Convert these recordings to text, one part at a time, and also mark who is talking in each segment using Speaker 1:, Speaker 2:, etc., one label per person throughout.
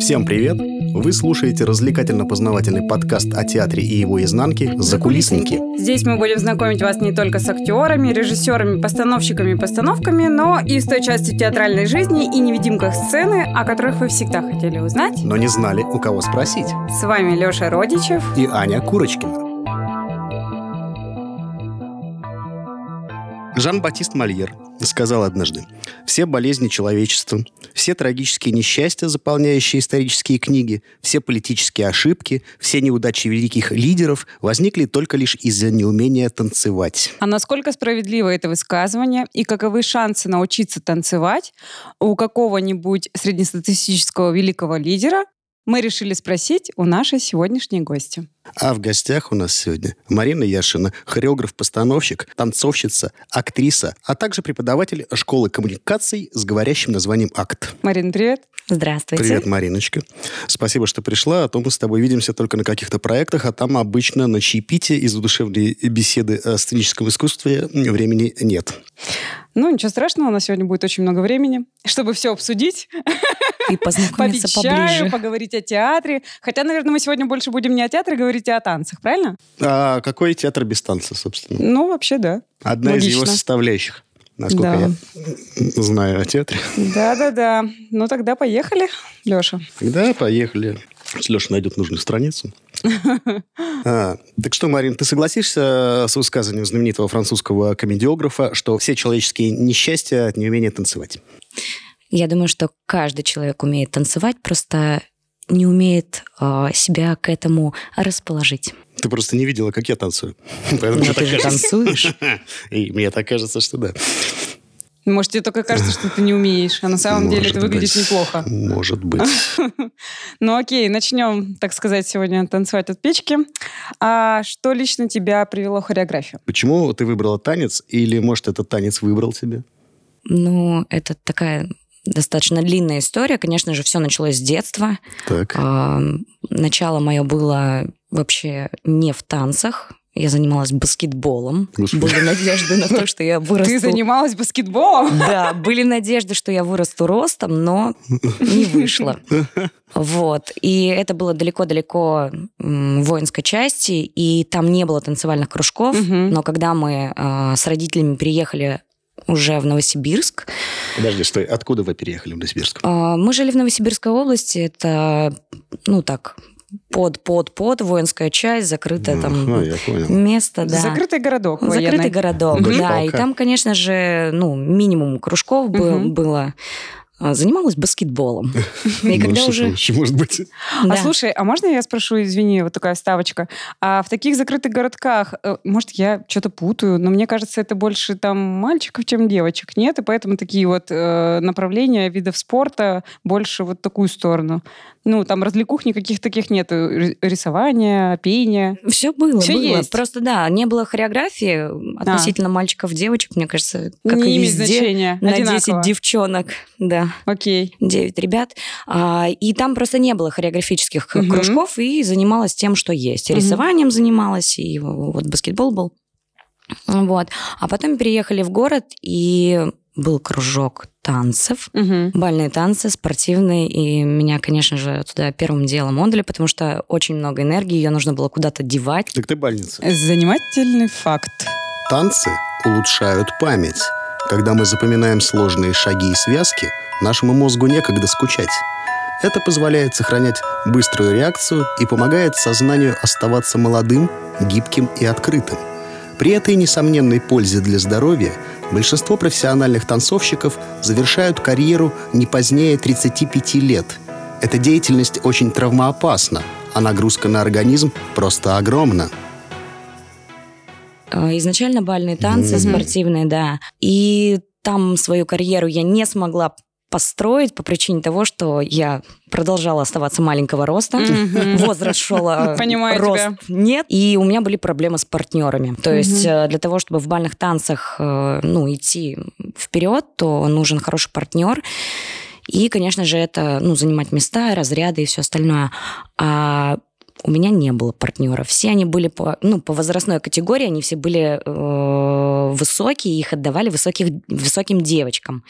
Speaker 1: Всем привет! Вы слушаете развлекательно-познавательный подкаст о театре и его изнанке «Закулисники».
Speaker 2: Здесь мы будем знакомить вас не только с актерами, режиссерами, постановщиками и постановками, но и с той частью театральной жизни и невидимках сцены, о которых вы всегда хотели узнать.
Speaker 1: Но не знали, у кого спросить.
Speaker 2: С вами Леша Родичев.
Speaker 1: И Аня Курочкина. Жан-Батист Мольер сказал однажды, «Все болезни человечества, все трагические несчастья, заполняющие исторические книги, все политические ошибки, все неудачи великих лидеров возникли только лишь из-за неумения танцевать».
Speaker 2: А насколько справедливо это высказывание и каковы шансы научиться танцевать у какого-нибудь среднестатистического великого лидера, мы решили спросить у нашей сегодняшней гости.
Speaker 1: А в гостях у нас сегодня Марина Яшина, хореограф-постановщик, танцовщица, актриса, а также преподаватель школы коммуникаций с говорящим названием «Акт».
Speaker 2: Марин, привет.
Speaker 3: Здравствуйте.
Speaker 1: Привет, Мариночка. Спасибо, что пришла, а то мы с тобой видимся только на каких-то проектах, а там обычно на чаепитие из душевной беседы о сценическом искусстве времени нет.
Speaker 2: Ну, ничего страшного, у нас сегодня будет очень много времени, чтобы все обсудить,
Speaker 3: И познакомиться
Speaker 2: попить чаю,
Speaker 3: поближе.
Speaker 2: поговорить о театре. Хотя, наверное, мы сегодня больше будем не о театре говорить, а о танцах, правильно?
Speaker 1: А какой театр без танца, собственно?
Speaker 2: Ну, вообще, да.
Speaker 1: Одна из его
Speaker 2: Логично.
Speaker 1: составляющих, насколько
Speaker 2: Да.
Speaker 1: я знаю о театре.
Speaker 2: Да-да-да. Ну, тогда поехали, Леша.
Speaker 1: Тогда поехали. Сейчас Леша найдет нужную страницу. А, так что, Марин, ты согласишься с высказыванием знаменитого французского комедиографа, что все человеческие несчастья от неумения танцевать?
Speaker 3: Я думаю, что каждый человек умеет танцевать, просто не умеет а, себя к этому расположить.
Speaker 1: Ты просто не видела, как я танцую. Поэтому мне
Speaker 3: Но ты
Speaker 1: так
Speaker 3: же
Speaker 1: кажется.
Speaker 3: танцуешь.
Speaker 1: И мне так кажется, что да.
Speaker 2: Может, тебе только кажется, что ты не умеешь, а на самом деле
Speaker 1: Может
Speaker 2: это выглядит
Speaker 1: быть.
Speaker 2: неплохо.
Speaker 1: Может быть.
Speaker 2: Ну, окей, начнем, так сказать, сегодня танцевать от печки. А что лично тебя привело к хореографию?
Speaker 1: Почему ты выбрала танец? Или, может, этот танец выбрал тебя?
Speaker 3: Ну, это такая достаточно длинная история. Конечно же, все началось с детства.
Speaker 1: Так.
Speaker 3: А, Начало мое было вообще не в танцах. Я занималась баскетболом.
Speaker 1: Господи.
Speaker 3: Были надежды на то, что я вырасту.
Speaker 2: Ты занималась баскетболом?
Speaker 3: Да, были надежды, что я вырасту ростом, но не вышло. Вот. И это было далеко-далеко м, в воинской части, и там не было танцевальных кружков.
Speaker 2: Мгм.
Speaker 3: Но когда мы а, с родителями приехали уже в Новосибирск,
Speaker 1: Подожди, стой. Откуда вы переехали в Новосибирск?
Speaker 3: а, мы жили в Новосибирской области, это, ну так, под-под-под, воинская часть, закрытое
Speaker 1: Ага,
Speaker 3: там Ну,
Speaker 1: я понял.
Speaker 3: место, да.
Speaker 2: Закрытый городок
Speaker 3: Закрытый
Speaker 2: военный.
Speaker 3: городок,
Speaker 1: Мгм.
Speaker 3: да. И
Speaker 1: Палка.
Speaker 3: там, конечно же, ну, минимум кружков бы-
Speaker 2: Мгм.
Speaker 3: было. А, Занималась баскетболом. И когда
Speaker 1: Ну,
Speaker 3: уже...
Speaker 1: что-то, Может быть.
Speaker 2: А
Speaker 3: Да.
Speaker 2: слушай, а можно я спрошу, извини, вот такая ставочка, а в таких закрытых городках, э, может, я что-то путаю, но мне кажется, это больше там мальчиков, чем девочек, нет? И поэтому такие вот э, направления видов спорта больше вот такую сторону. Ну, там развлекух никаких таких нет, Р- рисование, пение.
Speaker 3: Все было,
Speaker 2: Всё
Speaker 3: было.
Speaker 2: есть. А.
Speaker 3: Просто, да, не было хореографии относительно мальчиков-девочек, мне кажется, как
Speaker 2: Не
Speaker 3: и
Speaker 2: имеет
Speaker 3: везде.
Speaker 2: значения,
Speaker 3: На 10
Speaker 2: одинаково.
Speaker 3: девчонок, да,
Speaker 2: Окей.
Speaker 3: 9 ребят. А, и там просто не было хореографических
Speaker 2: Мгм.
Speaker 3: кружков, и занималась тем, что есть. И
Speaker 2: Мгм.
Speaker 3: рисованием занималась, и вот баскетбол был. Вот. А потом переехали в город, и был кружок танцев.
Speaker 2: Мгм.
Speaker 3: Бальные танцы, спортивные, и меня, конечно же, туда первым делом отдали, потому что очень много энергии, ее нужно было куда-то девать.
Speaker 1: Так ты больница.
Speaker 2: Занимательный факт.
Speaker 1: Танцы улучшают память. Когда мы запоминаем сложные шаги и связки, нашему мозгу некогда скучать. Это позволяет сохранять быструю реакцию и помогает сознанию оставаться молодым, гибким и открытым. При этой несомненной пользе для здоровья большинство профессиональных танцовщиков завершают карьеру не позднее 35 лет. Эта деятельность очень травмоопасна, а нагрузка на организм просто огромна.
Speaker 3: Э, Изначально бальные танцы,
Speaker 1: Мгм.
Speaker 3: спортивные, да. И там свою карьеру я не смогла построить по причине того, что я продолжала оставаться маленького роста.
Speaker 2: Мгм.
Speaker 3: Возраст шел, э,
Speaker 2: Понимаю
Speaker 3: рост
Speaker 2: тебя.
Speaker 3: нет, и у меня были проблемы с партнерами. То
Speaker 2: Мгм.
Speaker 3: есть э, для того, чтобы в бальных танцах, э, ну, идти вперед, то нужен хороший партнер. И, конечно же, это, ну, занимать места, разряды и все остальное. А у меня не было партнеров. Все они были по, ну, по возрастной категории, они все были э, высокие, их отдавали высоких, высоким девочкам.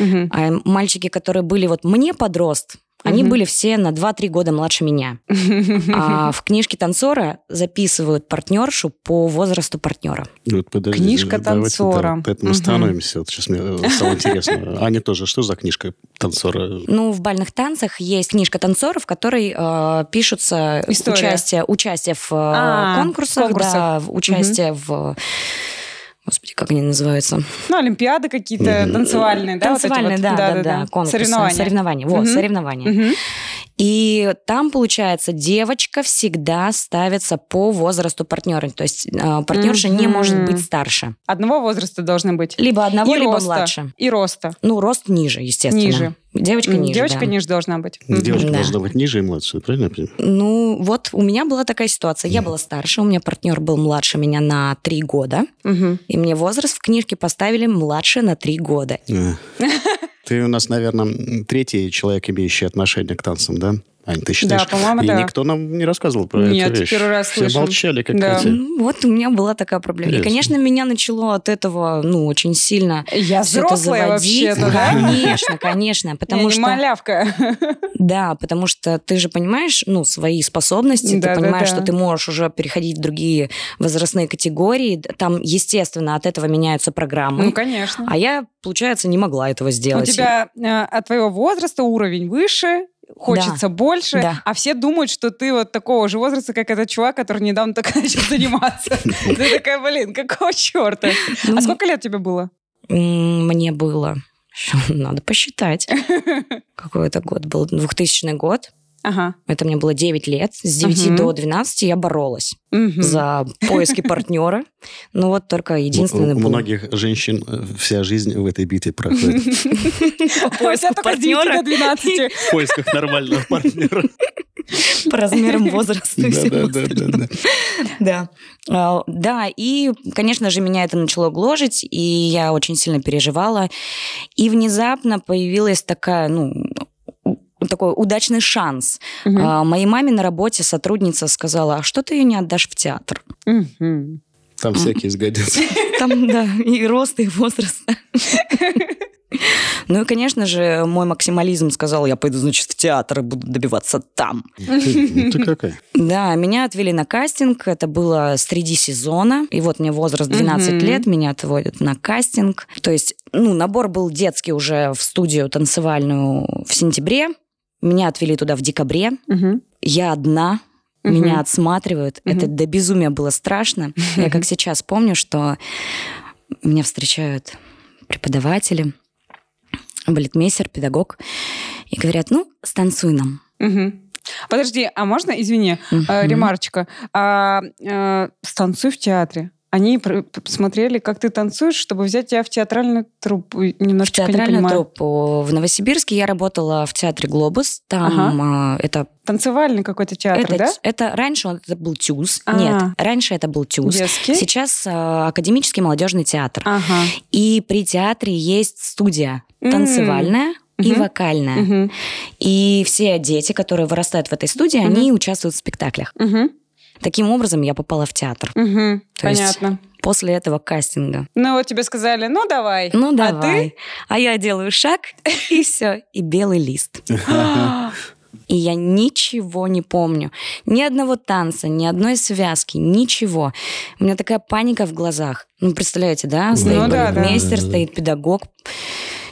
Speaker 2: Мгм.
Speaker 3: А мальчики, которые были вот мне подрост, Они
Speaker 2: Мгм.
Speaker 3: были все на 2-3 года младше меня. А в книжке танцора записывают партнершу по возрасту партнера.
Speaker 1: Ну, Вот подожди,
Speaker 2: Книжка
Speaker 1: давайте,
Speaker 2: танцора.
Speaker 1: да, к этому
Speaker 2: Мгм.
Speaker 1: становимся. Вот сейчас мне э, стало интересно. Аня тоже, что за книжка танцора?
Speaker 3: Ну, в бальных танцах есть книжка танцора, в которой э, пишутся
Speaker 2: История.
Speaker 3: участие, участие в э,
Speaker 2: А,
Speaker 3: конкурсах,
Speaker 2: конкурсах.
Speaker 3: да, в- участие в... Господи, как они называются?
Speaker 2: Ну, олимпиады какие-то
Speaker 1: Мгм.
Speaker 2: танцевальные, да? вот эти
Speaker 3: Танцевальные,
Speaker 2: вот?
Speaker 3: да, да, да, конкурсы.
Speaker 2: Соревнования.
Speaker 3: Соревнования, вот,
Speaker 2: Мгм.
Speaker 3: соревнования.
Speaker 2: Мгм.
Speaker 3: И там, получается, девочка всегда ставится по возрасту партнера. То есть э, партнерша не
Speaker 2: Мгм.
Speaker 3: может быть старше.
Speaker 2: Одного возраста должны быть.
Speaker 3: Либо одного,
Speaker 2: и
Speaker 3: либо
Speaker 2: роста.
Speaker 3: младше.
Speaker 2: И роста.
Speaker 3: Ну, рост ниже, естественно.
Speaker 2: Ниже.
Speaker 3: Девочка
Speaker 2: М,
Speaker 3: ниже.
Speaker 2: Девочка
Speaker 3: да.
Speaker 2: ниже должна быть. Мгм.
Speaker 1: Девочка
Speaker 3: Да.
Speaker 1: должна быть ниже и младше, правильно я понимаю?
Speaker 3: Ну, вот у меня была такая ситуация. Я была старше, у меня партнер был младше меня на три года.
Speaker 2: Мгм.
Speaker 3: И мне возраст в книжке поставили младше на три года.
Speaker 1: Да. Э, Ты у нас, наверное, третий человек, имеющий отношение к танцам, да? Ань, ты считаешь?
Speaker 2: Да, по-моему,
Speaker 1: И
Speaker 2: да.
Speaker 1: никто нам не рассказывал про
Speaker 2: Нет,
Speaker 1: эту вещь.
Speaker 2: первый раз
Speaker 1: Все
Speaker 2: слышим.
Speaker 1: молчали, как
Speaker 2: Да.
Speaker 1: эти.
Speaker 3: Ну, Вот у меня была такая проблема. И,
Speaker 1: Интересно.
Speaker 3: конечно, меня начало от этого, ну, очень сильно
Speaker 2: Я
Speaker 3: всё это
Speaker 2: А взрослая
Speaker 3: заводить.
Speaker 2: вообще-то, да?
Speaker 3: Конечно, конечно. Потому
Speaker 2: Я не
Speaker 3: что...
Speaker 2: малявка.
Speaker 3: Да, потому что ты же понимаешь, ну, свои способности,
Speaker 2: Да, да,
Speaker 3: ты понимаешь,
Speaker 2: да.
Speaker 3: что ты можешь уже переходить в другие возрастные категории. Д- Там, естественно, от этого меняются программы.
Speaker 2: Ну, конечно.
Speaker 3: а я, получается, не могла этого
Speaker 2: У
Speaker 3: сделать.
Speaker 2: тебя э, от твоего возраста уровень выше, хочется больше,
Speaker 3: Да.
Speaker 2: а все думают, что ты вот такого же возраста, как этот чувак, который недавно только начал заниматься. Ты такая, блин, какого черта?
Speaker 3: Ну,
Speaker 2: А сколько лет тебе было?
Speaker 3: м, Мне было... Надо посчитать. Какой это год был? 2000 год.
Speaker 2: Ага.
Speaker 3: Это мне было 9 лет. С 9
Speaker 2: Мгм.
Speaker 3: до 12 я боролась
Speaker 2: Мгм.
Speaker 3: за поиски партнера. Ну вот только единственный
Speaker 1: У
Speaker 3: был.
Speaker 1: многих женщин э, вся жизнь в этой битве проходит.
Speaker 2: У тебя только с 9 до 12.
Speaker 1: В поисках нормального партнера.
Speaker 3: по размерам возраста и всему остальному.
Speaker 1: Да-да-да.
Speaker 3: Да. А, Да, и, конечно же, меня это начало гложить, и я очень сильно переживала. И внезапно появилась такая, ну, у- такой удачный шанс.
Speaker 2: Мгм.
Speaker 3: А, Моей маме на работе сотрудница сказала, а что ты ее не отдашь в театр?
Speaker 2: Мгм.
Speaker 1: Там всякие сгодятся.
Speaker 3: Там, да, и рост, и возраст. Ну и, конечно же, мой максимализм сказал, я пойду, значит, в театр и буду добиваться там.
Speaker 1: Ну, Ты какая?
Speaker 3: Да, меня отвели на кастинг, это было среди сезона, и вот мне возраст 12
Speaker 2: Мгм.
Speaker 3: лет, меня отводят на кастинг. То есть, ну, набор был детский уже в студию танцевальную в сентябре, меня отвели туда в декабре,
Speaker 2: Мгм.
Speaker 3: я одна,
Speaker 2: Мгм.
Speaker 3: меня отсматривают,
Speaker 2: Мгм.
Speaker 3: это до безумия было страшно. Я как сейчас помню, что меня встречают преподаватели, балетмейстер, педагог, и говорят, ну, станцуй нам.
Speaker 2: Мгм. Подожди, а можно, извини, э,
Speaker 3: Мгм.
Speaker 2: ремарочка, А, э, станцуй в театре. Они пр- п- смотрели, как ты танцуешь, чтобы взять тебя в театральную труппу.
Speaker 3: В
Speaker 2: Немножечко не
Speaker 3: театральную
Speaker 2: понимаю.
Speaker 3: труппу в Новосибирске я работала в театре «Глобус». Там а, это,
Speaker 2: Танцевальный какой-то театр,
Speaker 3: это,
Speaker 2: да?
Speaker 3: это раньше он- это был ТЮЗ.
Speaker 2: А.
Speaker 3: Нет, раньше это был ТЮЗ.
Speaker 2: Детский?
Speaker 3: Сейчас а, академический молодежный театр.
Speaker 2: Ага.
Speaker 3: И при театре есть студия
Speaker 2: М.
Speaker 3: танцевальная и
Speaker 2: Мгм.
Speaker 3: вокальная.
Speaker 2: Мгм.
Speaker 3: И все дети, которые вырастают в этой студии,
Speaker 2: Мгм.
Speaker 3: они участвуют в спектаклях.
Speaker 2: Мгм.
Speaker 3: Таким образом я попала в театр
Speaker 2: Мгм.
Speaker 3: То есть-
Speaker 2: Понятно.
Speaker 3: после этого кастинга.
Speaker 2: Ну вот тебе сказали, ну давай.
Speaker 3: Ну
Speaker 2: А
Speaker 3: давай. а я делаю шаг, и все, и белый лист.
Speaker 2: ты?
Speaker 3: И я ничего не помню. Ни одного танца, ни одной связки, ничего. У меня такая паника в глазах. Ну, представляете, да?
Speaker 2: А
Speaker 1: Ну
Speaker 3: Стоит
Speaker 2: да, да.
Speaker 3: мастер,
Speaker 1: Да, да.
Speaker 3: стоит педагог.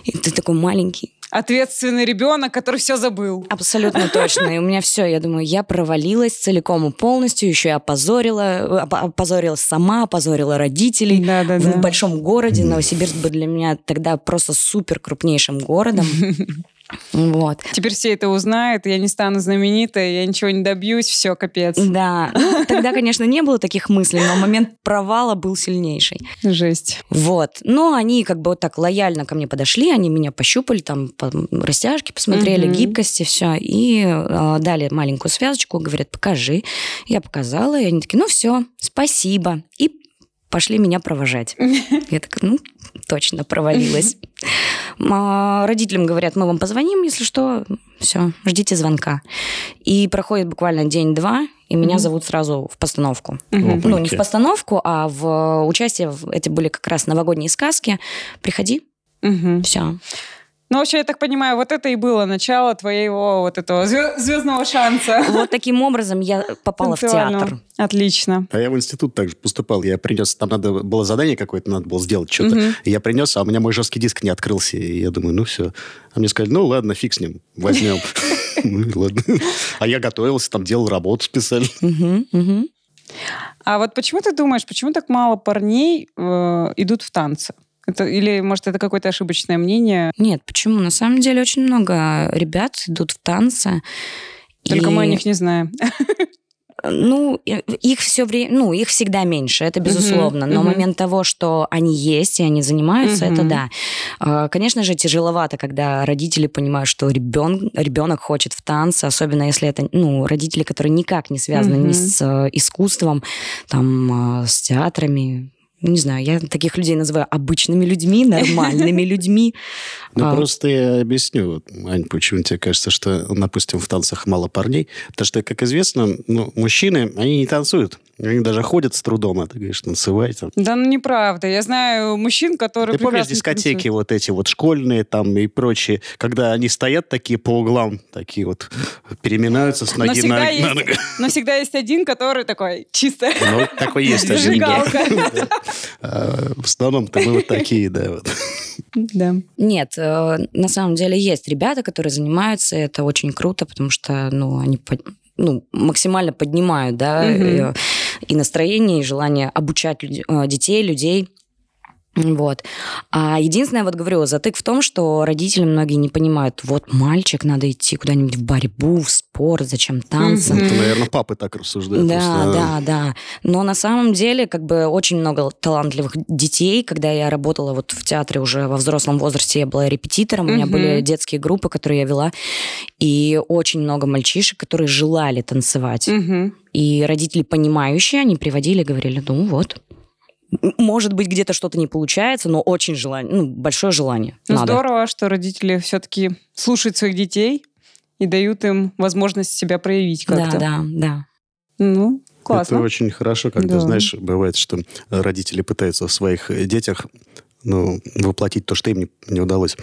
Speaker 3: И ты такой маленький.
Speaker 2: Ответственный ребенок, который все забыл.
Speaker 3: Абсолютно точно. И у меня все. Я думаю, я провалилась целиком и полностью. Еще и опозорила. оп- Опозорилась сама, опозорила родителей.
Speaker 2: Да, да,
Speaker 3: В
Speaker 2: да.
Speaker 3: большом городе.
Speaker 1: Мгм.
Speaker 3: Новосибирск был для меня тогда просто супер крупнейшим городом. Вот.
Speaker 2: Теперь все это узнают, я не стану знаменитой, я ничего не добьюсь, все, капец.
Speaker 3: Да, Ну, тогда, конечно, не было таких мыслей, но момент провала был сильнейший.
Speaker 2: Жесть.
Speaker 3: Вот. Но они как бы вот так лояльно ко мне подошли, они меня пощупали, там по- растяжки посмотрели,
Speaker 2: Мгм.
Speaker 3: гибкости, все. И э, дали маленькую связочку, говорят, покажи. Я показала, и они такие, ну все, спасибо. И пошли меня провожать. Я так, ну, точно провалилась. А, Родителям говорят, мы вам позвоним, если что, все, ждите звонка. И проходит буквально день-два, и меня
Speaker 2: Мгм.
Speaker 3: зовут сразу в постановку.
Speaker 2: Мгм.
Speaker 1: Опа.
Speaker 3: Ну, не
Speaker 1: Окей.
Speaker 3: в постановку, а в участие. в- Это были как раз новогодние сказки. Приходи,
Speaker 2: Мгм.
Speaker 3: все.
Speaker 2: Ну, вообще, я так понимаю, вот это и было начало твоего вот этого звё- звездного шанса.
Speaker 3: Вот таким образом я попала в
Speaker 2: Танцевального.
Speaker 3: театр.
Speaker 2: Отлично.
Speaker 1: А я в институт также поступал. Я принес, там надо было задание какое-то, надо было сделать что-то.
Speaker 2: Мгм.
Speaker 1: И Я принес, а у меня мой жесткий диск не открылся. И я думаю, ну все. А мне сказали, ну ладно, фиг с ним, возьмем. Ну и ладно. А я готовился, там делал работу специально.
Speaker 3: Мгм, мгм.
Speaker 2: А вот почему ты думаешь, почему так мало парней э, идут в танцы? Это, или, может, это какое-то ошибочное мнение?
Speaker 3: Нет, почему? На самом деле очень много ребят идут в танцы.
Speaker 2: Только
Speaker 3: И,
Speaker 2: мы о них не знаем.
Speaker 3: Ну, и- их все время, ну, их всегда меньше, это
Speaker 2: Мгм,
Speaker 3: безусловно. Но
Speaker 2: мгм.
Speaker 3: момент того, что они есть и они занимаются, это
Speaker 2: Мгм.
Speaker 3: да. А, Конечно же, тяжеловато, когда родители понимают, что ребен... ребенок хочет в танцы, особенно если это, ну, родители, которые никак не связаны ни
Speaker 2: Мгм.
Speaker 3: с э, искусством, там, э, с театрами. Не знаю, я таких людей называю обычными людьми, нормальными людьми.
Speaker 1: Ну
Speaker 3: А.
Speaker 1: просто я объясню, вот, Ань, почему тебе кажется, что, допустим, в танцах мало парней. Потому что, как известно, ну, мужчины, они не танцуют. Они даже ходят с трудом, а ты говоришь, танцевайте.
Speaker 2: Да ну неправда. Я знаю мужчин,
Speaker 1: Ты
Speaker 2: которые...
Speaker 1: помнишь
Speaker 2: прекрасно
Speaker 1: дискотеки вот эти вот школьные там и прочие, когда они стоят такие по углам, такие вот переминаются с
Speaker 2: танцуют.
Speaker 1: ноги
Speaker 2: Но всегда,
Speaker 1: на, на
Speaker 2: есть,
Speaker 1: ногу.
Speaker 2: но всегда есть один, который такой чисто
Speaker 1: Ну, такой есть один, да.
Speaker 2: зажигалка.
Speaker 1: А, В основном-то мы вот такие, да. вот.
Speaker 2: Да.
Speaker 3: Нет, э, на самом деле есть ребята, которые занимаются, и это очень круто, потому что, ну, они под- ну, максимально поднимают, да,
Speaker 2: Мгм.
Speaker 3: э, и настроение, и желание обучать люд- э, детей, людей. Вот. А единственное, вот говорю, затык в том, что родители многие не понимают, вот мальчик, надо идти куда-нибудь в борьбу, в спорт, зачем танцы.
Speaker 2: Мгм.
Speaker 1: Это, наверное, папы так рассуждают.
Speaker 3: Да,
Speaker 1: потому что, а,
Speaker 3: да, да. Но на самом деле, как бы, очень много талантливых детей. Когда я работала вот в театре уже во взрослом возрасте, я была репетитором, у меня
Speaker 2: Мгм.
Speaker 3: были детские группы, которые я вела, и очень много мальчишек, которые желали танцевать.
Speaker 2: Мгм.
Speaker 3: И родители понимающие, они приводили и говорили, ну вот, М- может быть, где-то что-то не получается, но очень желание, ну, большое желание
Speaker 2: Ну,
Speaker 3: надо.
Speaker 2: здорово, что родители все-таки слушают своих детей и дают им возможность себя проявить
Speaker 3: Да,
Speaker 2: как-то.
Speaker 3: да, да.
Speaker 2: Ну,
Speaker 1: Это
Speaker 2: классно.
Speaker 1: очень хорошо, когда,
Speaker 2: Да.
Speaker 1: знаешь, бывает, что родители пытаются в своих э, детях ну, воплотить то, что им не, не удалось.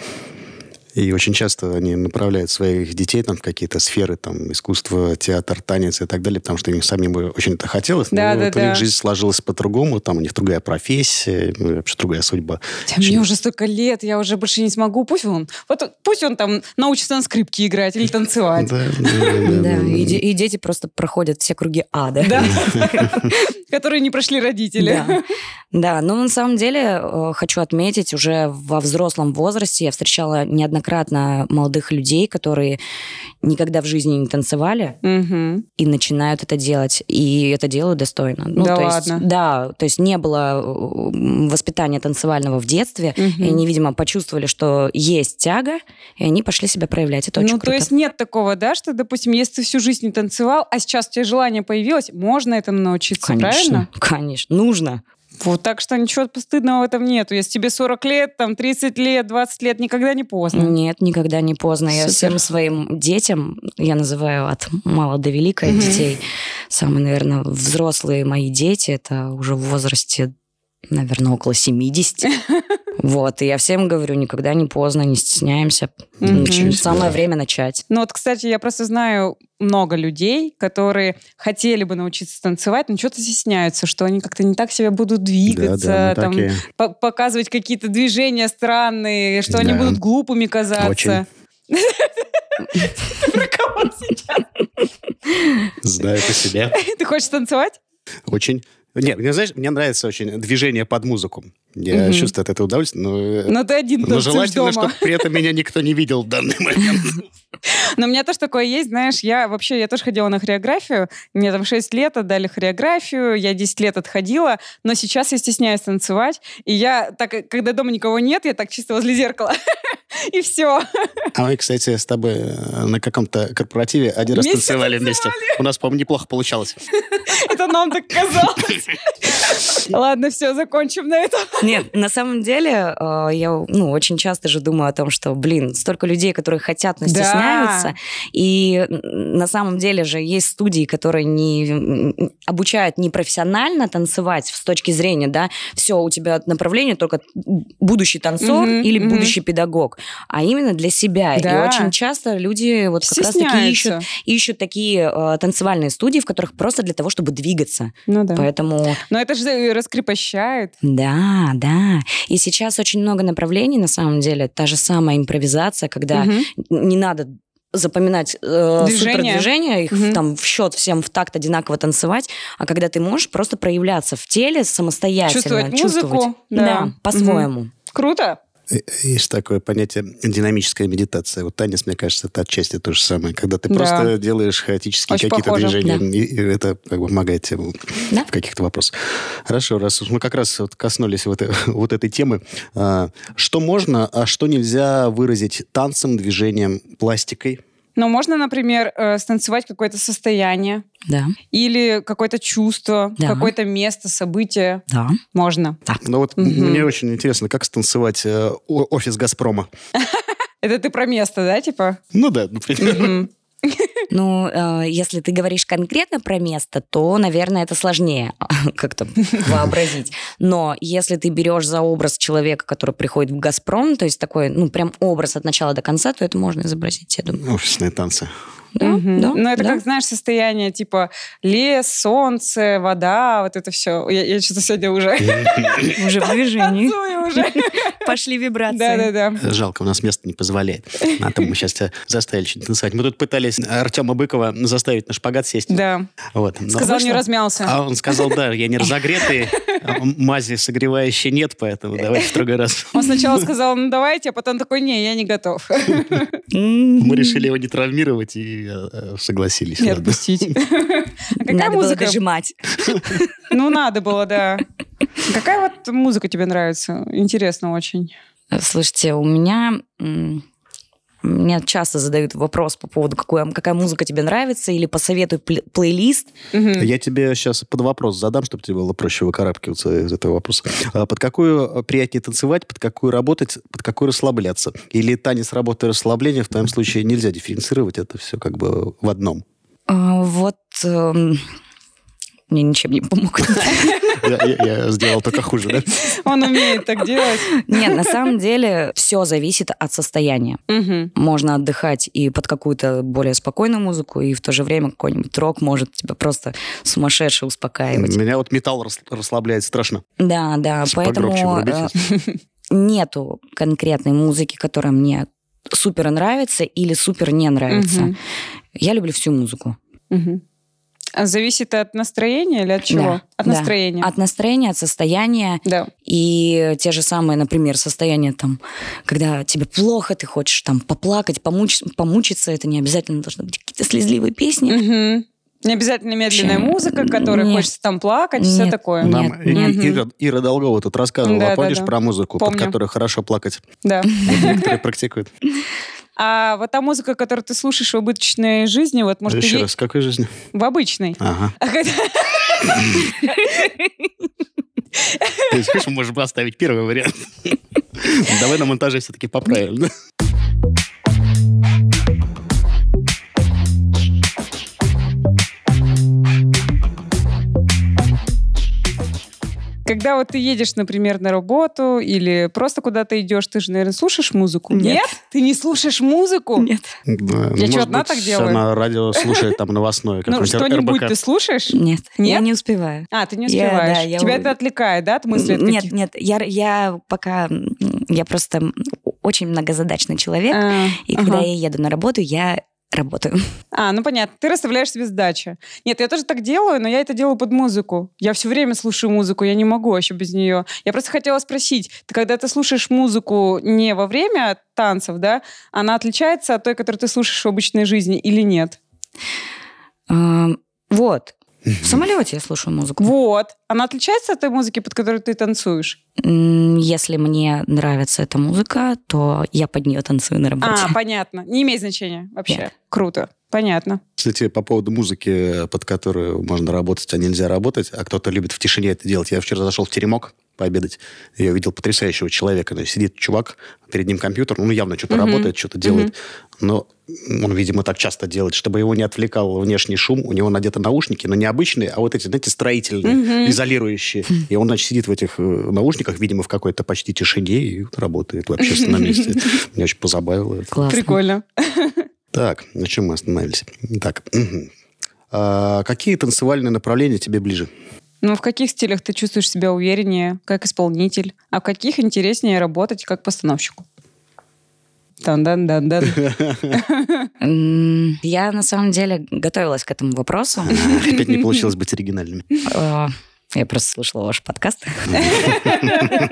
Speaker 1: И очень часто они направляют своих детей там, в какие-то сферы, там, искусство, театр, танец и так далее, потому что им самим бы очень это хотелось, но
Speaker 2: Да,
Speaker 1: вот
Speaker 2: да,
Speaker 1: у
Speaker 2: да.
Speaker 1: них жизнь сложилась по-другому, там у них другая профессия, ну, и вообще другая судьба.
Speaker 2: Да мне уже столько лет, я уже больше не смогу. Пусть он, вот, пусть он там научится на скрипке играть или танцевать.
Speaker 1: Да, да, да,
Speaker 3: Да,
Speaker 1: да,
Speaker 3: и,
Speaker 1: да.
Speaker 3: де- и дети просто проходят все круги ада.
Speaker 2: Да. Которые не прошли родители.
Speaker 3: Да. Да, но на самом деле э, хочу отметить, уже во взрослом возрасте я встречала неоднократно молодых людей, которые никогда в жизни не танцевали
Speaker 2: Мгм.
Speaker 3: и начинают это делать, и это делают достойно. Ну,
Speaker 2: Да
Speaker 3: то
Speaker 2: ладно?
Speaker 3: Есть, да, то есть не было э, воспитания танцевального в детстве,
Speaker 2: Мгм.
Speaker 3: и они, видимо, почувствовали, что есть тяга, и они пошли себя проявлять. Это очень
Speaker 2: Ну, то
Speaker 3: круто.
Speaker 2: есть нет такого, да, что, допустим, если ты всю жизнь не танцевал, а сейчас у тебя желание появилось, можно этому научиться,
Speaker 3: Конечно,
Speaker 2: правильно?
Speaker 3: конечно, нужно.
Speaker 2: Вот, так что ничего постыдного в этом нету. Если тебе 40 лет, там, 30 лет, 20 лет, никогда не поздно.
Speaker 3: Нет, никогда не поздно. Я
Speaker 2: Супер.
Speaker 3: всем своим детям, я называю от мала до велика
Speaker 2: Мгм.
Speaker 3: детей, самые, наверное, взрослые мои дети, это уже в возрасте, наверное, около 70. Вот, и я всем говорю, никогда не поздно, не стесняемся.
Speaker 2: Мгм.
Speaker 1: Ничего себе.
Speaker 3: Самое время начать.
Speaker 2: Ну вот, кстати, я просто знаю много людей, которые хотели бы научиться танцевать, но что-то стесняются, что они как-то не так себя будут двигаться,
Speaker 1: Да, ну, да, мы
Speaker 2: там,
Speaker 1: такие.
Speaker 2: по- показывать какие-то движения странные, что они
Speaker 1: Да.
Speaker 2: будут глупыми казаться.
Speaker 1: Очень.
Speaker 2: Ты про кого сейчас?
Speaker 1: Знаю по себе.
Speaker 2: Ты хочешь танцевать?
Speaker 1: Очень. Нет, мне, знаешь, мне нравится очень движение под музыку. Я
Speaker 2: Мгм.
Speaker 1: чувствую от этого удовольствие, но... э,
Speaker 2: Но Ну, ты один
Speaker 1: Но
Speaker 2: танцуешь
Speaker 1: желательно,
Speaker 2: дома.
Speaker 1: чтобы при этом меня никто не видел в данный момент.
Speaker 2: Но у меня тоже такое есть, знаешь, я вообще, я тоже ходила на хореографию, мне там 6 лет отдали хореографию, я 10 лет отходила, но сейчас я стесняюсь танцевать, и я так, как- когда дома никого нет, я так чисто возле зеркала, и все.
Speaker 1: А мы, кстати, с тобой э, на каком-то корпоративе один раз
Speaker 2: Вместе
Speaker 1: танцевали вместе. У нас, по-моему, неплохо получалось.
Speaker 2: Это нам так казалось. Ладно, все, закончим на этом.
Speaker 3: Нет, на самом деле э, я ну, очень часто же думаю о том, что, блин, столько людей, которые хотят, но
Speaker 2: Да.
Speaker 3: стесняются. И на самом деле же есть студии, которые не обучают не профессионально танцевать с точки зрения, да, все, у тебя направление только будущий танцор
Speaker 2: Мгм,
Speaker 3: или
Speaker 2: мгм.
Speaker 3: будущий педагог, а именно для себя.
Speaker 2: Да.
Speaker 3: И очень часто люди вот как раз таки ищут,
Speaker 2: Стесняются.
Speaker 3: ищут такие э, танцевальные студии, в которых просто для того, чтобы двигаться.
Speaker 2: Ну да.
Speaker 3: Поэтому
Speaker 2: Но это же раскрепощает.
Speaker 3: да, да. И сейчас очень много направлений, на самом деле. Та же самая импровизация, когда
Speaker 2: Мгм.
Speaker 3: не надо запоминать э,
Speaker 2: Движения.
Speaker 3: супердвижения, их
Speaker 2: Мгм.
Speaker 3: там в счет всем в такт одинаково танцевать, а когда ты можешь просто проявляться в теле самостоятельно.
Speaker 2: Чувствовать музыку.
Speaker 3: Да,
Speaker 2: Да.
Speaker 3: по-своему.
Speaker 2: Круто.
Speaker 1: Э, Есть такое понятие динамическая медитация. Вот танец, мне кажется, это отчасти то же самое. Когда ты
Speaker 2: Да.
Speaker 1: просто делаешь хаотические
Speaker 2: Очень
Speaker 1: какие-то
Speaker 2: похоже.
Speaker 1: движения,
Speaker 3: Да.
Speaker 1: и, и это как бы помогает тебе
Speaker 3: Да.
Speaker 1: в каких-то вопросах. Хорошо, раз уж мы как раз вот коснулись вот, э- вот этой темы, а, что можно, а что нельзя выразить танцем, движением, пластикой?
Speaker 2: Но можно, например, э, станцевать какое-то состояние
Speaker 3: Да,
Speaker 2: или какое-то чувство,
Speaker 3: Да.
Speaker 2: какое-то место, событие.
Speaker 3: да.
Speaker 2: Можно.
Speaker 1: Ну вот м-
Speaker 2: Мгм.
Speaker 1: мне очень интересно, как станцевать э, о- офис «Газпрома».
Speaker 2: Это ты про место, да, типа?
Speaker 1: Ну да, например.
Speaker 2: Мгм.
Speaker 3: Ну, э, если ты говоришь конкретно про место, то, наверное, это сложнее как-то вообразить. Но если ты берешь за образ человека, который приходит в «Газпром», то есть такой, ну, прям образ от начала до конца, то это можно изобразить, я думаю.
Speaker 1: Офисные танцы.
Speaker 3: Да,
Speaker 2: Мгм.
Speaker 3: да,
Speaker 2: Ну, это
Speaker 3: да.
Speaker 2: как, знаешь, состояние типа лес, солнце, вода, вот это все. Я, я что-то сегодня уже
Speaker 3: Уже в движении.
Speaker 2: танцую уже.
Speaker 3: Пошли вибрации.
Speaker 2: Да-да-да.
Speaker 1: Жалко, у нас место не позволяет. А то мы сейчас тебя заставили что-нибудь танцевать. Мы тут пытались Артема Быкова заставить на шпагат сесть.
Speaker 2: Да.
Speaker 1: Вот.
Speaker 3: Ну,
Speaker 1: Но-
Speaker 2: Сказал, не
Speaker 3: вышло?
Speaker 2: размялся.
Speaker 1: А он сказал, да, я не разогретый, а мази согревающей нет, поэтому давайте в другой раз.
Speaker 2: Он сначала сказал, ну давайте, а потом такой, не, я не готов.
Speaker 1: Мы решили его не травмировать и э, э, согласились.
Speaker 2: Не
Speaker 1: ладно.
Speaker 2: отпустить. А какая
Speaker 3: Надо было
Speaker 2: музыка?
Speaker 3: дожимать.
Speaker 2: Ну, надо было, да. Какая вот музыка тебе нравится? Интересно очень.
Speaker 3: Слушайте, у меня... м, Меня часто задают вопрос по поводу, какой- какая музыка тебе нравится, или посоветуй пле- плейлист.
Speaker 2: Мгм.
Speaker 1: Я тебе сейчас под вопрос задам, чтобы тебе было проще выкарабкиваться из этого вопроса. А Под какую приятнее танцевать, под какую работать, под какую расслабляться? Или танец, работа и расслабление в твоем случае нельзя дифференцировать, это все как бы в одном.
Speaker 3: А, Вот эм, мне ничем не помог.
Speaker 1: Я- Я я сделал только хуже, да?
Speaker 2: Он умеет так делать.
Speaker 3: Нет, на самом деле все зависит от состояния.
Speaker 2: Мгм.
Speaker 3: Можно отдыхать и под какую-то более спокойную музыку, и в то же время какой-нибудь рок может тебя просто сумасшедше успокаивать.
Speaker 1: Меня вот металл рас- расслабляет страшно. Типа
Speaker 3: Да, да,
Speaker 2: А
Speaker 3: поэтому
Speaker 1: Погромче врубить,
Speaker 3: э,
Speaker 1: если-
Speaker 3: нету конкретной музыки, которая мне супер нравится или супер не нравится.
Speaker 2: Мгм.
Speaker 3: Я люблю всю музыку.
Speaker 2: Мгм. А Зависит от настроения или от чего?
Speaker 3: Да,
Speaker 2: От
Speaker 3: да.
Speaker 2: настроения.
Speaker 3: От настроения, от состояния
Speaker 2: Да.
Speaker 3: и те же самые, например, состояния там, когда тебе плохо, ты хочешь там поплакать, помуч- помучиться, это не обязательно должны быть какие-то слезливые песни.
Speaker 2: Мгм. Не обязательно медленная
Speaker 3: Вообще,
Speaker 2: музыка, которая
Speaker 3: нет.
Speaker 2: хочется там плакать, все
Speaker 3: Нет.
Speaker 2: такое.
Speaker 3: Да.
Speaker 1: Нам
Speaker 3: Нет,
Speaker 1: И-
Speaker 2: нет.
Speaker 1: И- Ира, Ира Долгова тут рассказывала,
Speaker 2: Да, да,
Speaker 1: помнишь,
Speaker 2: да.
Speaker 1: про музыку,
Speaker 2: Помню.
Speaker 1: под которую хорошо плакать.
Speaker 2: Да.
Speaker 1: Вот некоторые практикуют.
Speaker 2: А вот та музыка, которую ты слушаешь в обычной жизни, вот может ты
Speaker 1: Еще
Speaker 2: е-
Speaker 1: раз, какой жизни?
Speaker 2: в обычной.
Speaker 1: Ага.
Speaker 2: А когда-
Speaker 1: То есть, видишь, мы можем оставить первый вариант. Давай на монтаже все-таки поправим. да?
Speaker 2: Когда вот ты едешь, например, на работу или просто куда-то идешь, ты же, наверное, слушаешь музыку?
Speaker 3: Нет.
Speaker 2: Ты не слушаешь музыку?
Speaker 3: Нет.
Speaker 1: Да, ну,
Speaker 2: Я чё,
Speaker 1: может
Speaker 2: одна
Speaker 1: быть,
Speaker 2: так делаю?
Speaker 1: Она радио слушает там новостное
Speaker 2: Ну,
Speaker 1: какое-нибудь
Speaker 2: что-нибудь
Speaker 1: РБК.
Speaker 2: ты слушаешь?
Speaker 3: Нет, я
Speaker 2: Нет?
Speaker 3: не успеваю.
Speaker 2: А, ты не
Speaker 3: Я- да,
Speaker 2: успеваешь.
Speaker 3: я
Speaker 2: Тебя
Speaker 3: у-
Speaker 2: это отвлекает, да, от мыслей? от
Speaker 3: нет,
Speaker 2: таких?
Speaker 3: нет, я, я пока, м, я просто м, очень многозадачный человек,
Speaker 2: А,
Speaker 3: и когда
Speaker 2: ага.
Speaker 3: я еду на работу, я работаю.
Speaker 2: А, ну понятно, ты расставляешь себе задачи. Нет, я тоже так делаю, но я это делаю под музыку. Я все время слушаю музыку, я не могу вообще без нее. Я просто хотела спросить, ты когда ты слушаешь музыку не во время танцев, да, она отличается от той, которую ты слушаешь в обычной жизни или нет?
Speaker 3: Эм, Вот. В самолете я слушаю музыку.
Speaker 2: Вот, она отличается от той музыки, под которую ты танцуешь?
Speaker 3: М, Если мне нравится эта музыка, то я под нее танцую на работе.
Speaker 2: А, понятно, не имеет значения вообще.
Speaker 3: Нет.
Speaker 2: Круто, понятно.
Speaker 1: Кстати, по поводу музыки, под которую можно работать, а нельзя работать, а кто-то любит в тишине это делать. Я вчера зашел в теремок, пообедать. Я видел потрясающего человека. То есть сидит чувак, перед ним компьютер, он явно что-то
Speaker 2: Мгм.
Speaker 1: работает, что-то делает. Но он, видимо, так часто делает, чтобы его не отвлекал внешний шум. У него надеты наушники, но не обычные, а вот эти, знаете, строительные,
Speaker 2: Мгм.
Speaker 1: изолирующие. И он, значит, сидит в этих э, наушниках, видимо, в какой-то почти тишине и работает в общественном месте. Меня очень позабавило это.
Speaker 3: Классно.
Speaker 2: Прикольно.
Speaker 1: Так, на чем мы остановились? Так, мгм. А, какие танцевальные направления тебе ближе?
Speaker 2: Ну, в каких стилях ты чувствуешь себя увереннее, как исполнитель, а в каких интереснее работать, как постановщику? тан дан дан дан
Speaker 3: М, Я на самом деле готовилась к этому вопросу.
Speaker 1: А, Опять не получилось быть оригинальными.
Speaker 3: Э, Я просто слушала ваш подкаст.
Speaker 1: Так,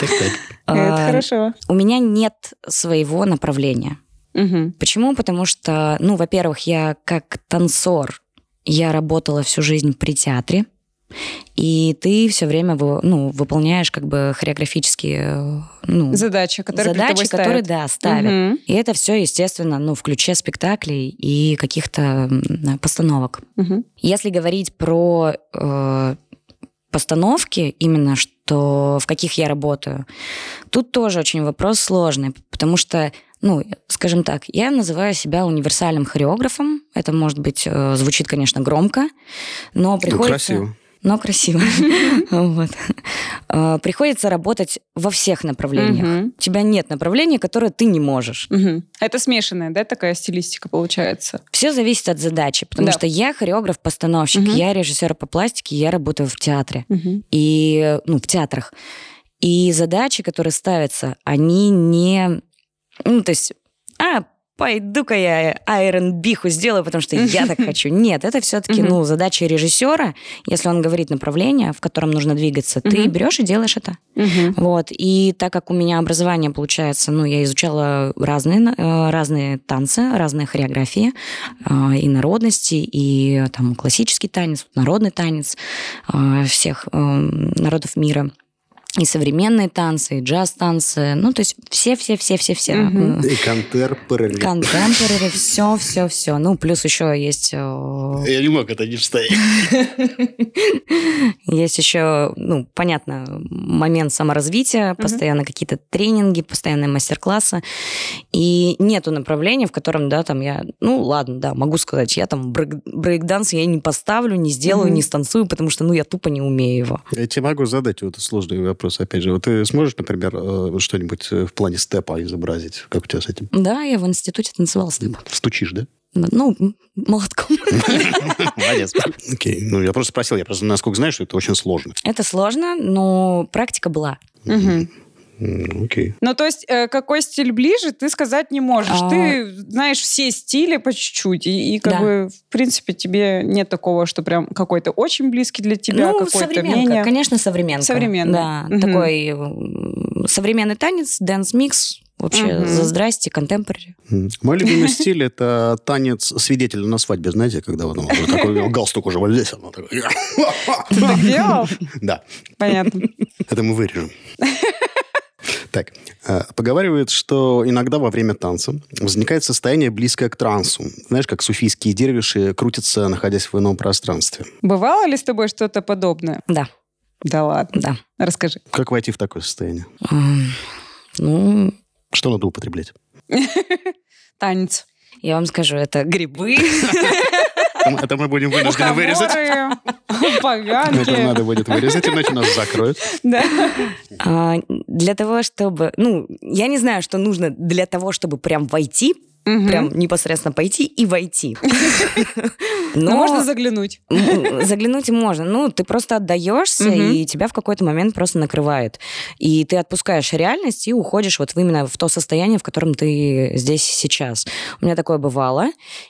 Speaker 1: так, так.
Speaker 2: Это
Speaker 3: Э,
Speaker 2: хорошо.
Speaker 3: У меня нет своего направления.
Speaker 2: Мгм.
Speaker 3: Почему? Потому что, ну, во-первых, я как танцор, я работала всю жизнь при театре, и ты все время вы- ну, выполняешь как бы хореографические э, ну,
Speaker 2: Задачи, которые перед
Speaker 3: задачи,
Speaker 2: тобой ставят.
Speaker 3: которые, да, ставят.
Speaker 2: Мгм.
Speaker 3: И это все, естественно, ну, в ключе спектаклей и каких-то м, постановок.
Speaker 2: Мгм.
Speaker 3: Если говорить про э, постановки, именно что в каких я работаю, тут тоже очень вопрос сложный, потому что, ну, скажем так, я называю себя универсальным хореографом. Это, может быть, э, звучит, конечно, громко, но
Speaker 1: Ну,
Speaker 3: приходится...
Speaker 1: красиво.
Speaker 3: Но красиво. Вот. Э, Приходится работать во всех направлениях.
Speaker 2: Мгм.
Speaker 3: У тебя нет направления, которое ты не можешь.
Speaker 2: Мгм. Это смешанная, да, такая стилистика получается?
Speaker 3: Все зависит от задачи, потому
Speaker 2: Да.
Speaker 3: что я хореограф-постановщик,
Speaker 2: Мгм.
Speaker 3: я режиссер по пластике, я работаю в театре.
Speaker 2: Мгм.
Speaker 3: и ну, в театрах. И задачи, которые ставятся, они не... Ну, то есть, а, пойду-ка я Айрон Биху сделаю, потому что я так хочу. Нет, это все-таки,
Speaker 2: Мгм.
Speaker 3: ну, задача режиссера. Если он говорит направление, в котором нужно двигаться, ты
Speaker 2: Мгм.
Speaker 3: берешь и делаешь это.
Speaker 2: Мгм.
Speaker 3: Вот. И так как у меня образование получается, ну, я изучала разные, э, разные танцы, разные хореографии, э, и народности, и э, там классический танец, народный танец э, всех э, народов мира. И современные танцы, и джаз-танцы. Ну, то есть все-все-все-все-все. э,
Speaker 2: Мгм.
Speaker 1: И контер
Speaker 3: Контемпорари, все-все-все. Ну, плюс еще есть э,
Speaker 1: Я не мог это не вставить.
Speaker 3: Есть еще, ну, понятно, момент саморазвития, постоянно какие-то тренинги, постоянные мастер-классы. И нету направления, в котором, да, там я, ну, ладно, да, могу сказать, я там брейк- брейк-данс я не поставлю, не сделаю,
Speaker 2: Мгм.
Speaker 3: не станцую, потому что, ну, я тупо не умею его.
Speaker 1: Я тебе могу задать вот сложный вопрос, опять же. Вот ты сможешь, например, э, что-нибудь э, в плане степа изобразить? Как у тебя с этим?
Speaker 3: Да, я в институте танцевала с ним.
Speaker 1: Стучишь, да?
Speaker 3: Ну, м, молотком.
Speaker 1: Молодец. Окей. Ну, я просто спросил. Я просто насколько знаю, что это очень сложно.
Speaker 3: Это сложно, но практика была.
Speaker 2: Мгм.
Speaker 1: М, Окей.
Speaker 2: Ну, то есть, э, какой стиль ближе, ты сказать не можешь.
Speaker 3: А.
Speaker 2: Ты знаешь все стили по чуть-чуть, и, и как
Speaker 3: Да.
Speaker 2: бы, в принципе, тебе нет такого, что прям какой-то очень близкий для тебя,
Speaker 3: ну,
Speaker 2: какой-то
Speaker 3: современка,
Speaker 2: менее.
Speaker 3: конечно, современка.
Speaker 2: Современный.
Speaker 3: Да,
Speaker 2: Мгм.
Speaker 3: такой м, современный танец, дэнс-микс, вообще
Speaker 2: Мгм.
Speaker 3: за здрасте, контемпорари.
Speaker 1: М. Мой любимый стиль – это танец свидетеля на свадьбе. Знаете, когда вот он уже такой галстук уже вот здесь. он такой.
Speaker 2: Ты так делал?
Speaker 1: Да.
Speaker 2: Понятно.
Speaker 1: Это мы вырежем. Так, э, поговаривают, что иногда во время танца возникает состояние, близкое к трансу. Знаешь, как суфийские дервиши крутятся, находясь в ином пространстве.
Speaker 2: Бывало ли с тобой что-то подобное?
Speaker 3: Да,
Speaker 2: Да ладно,
Speaker 3: да.
Speaker 2: расскажи.
Speaker 1: Как войти в такое состояние?
Speaker 3: М, Ну,
Speaker 1: Что надо употреблять?
Speaker 2: Танец.
Speaker 3: я вам скажу, это грибы.
Speaker 1: Это мы будем вынуждены вырезать.
Speaker 2: Мухоморы,
Speaker 1: Это
Speaker 2: Поганки.
Speaker 1: надо будет вырезать, иначе нас закроют.
Speaker 2: Да.
Speaker 3: А, Для того, чтобы... Ну, я не знаю, что нужно для того, чтобы прям войти,
Speaker 2: Мгм.
Speaker 3: прям непосредственно пойти и войти.
Speaker 2: Ну,
Speaker 3: Но-
Speaker 2: можно заглянуть.
Speaker 3: М, Заглянуть можно. Ну, ты просто отдаешься,
Speaker 2: Мгм.
Speaker 3: и тебя в какой-то момент просто накрывает. И ты отпускаешь реальность и уходишь вот в- именно в то состояние, в котором ты здесь и сейчас. У меня такое бывало.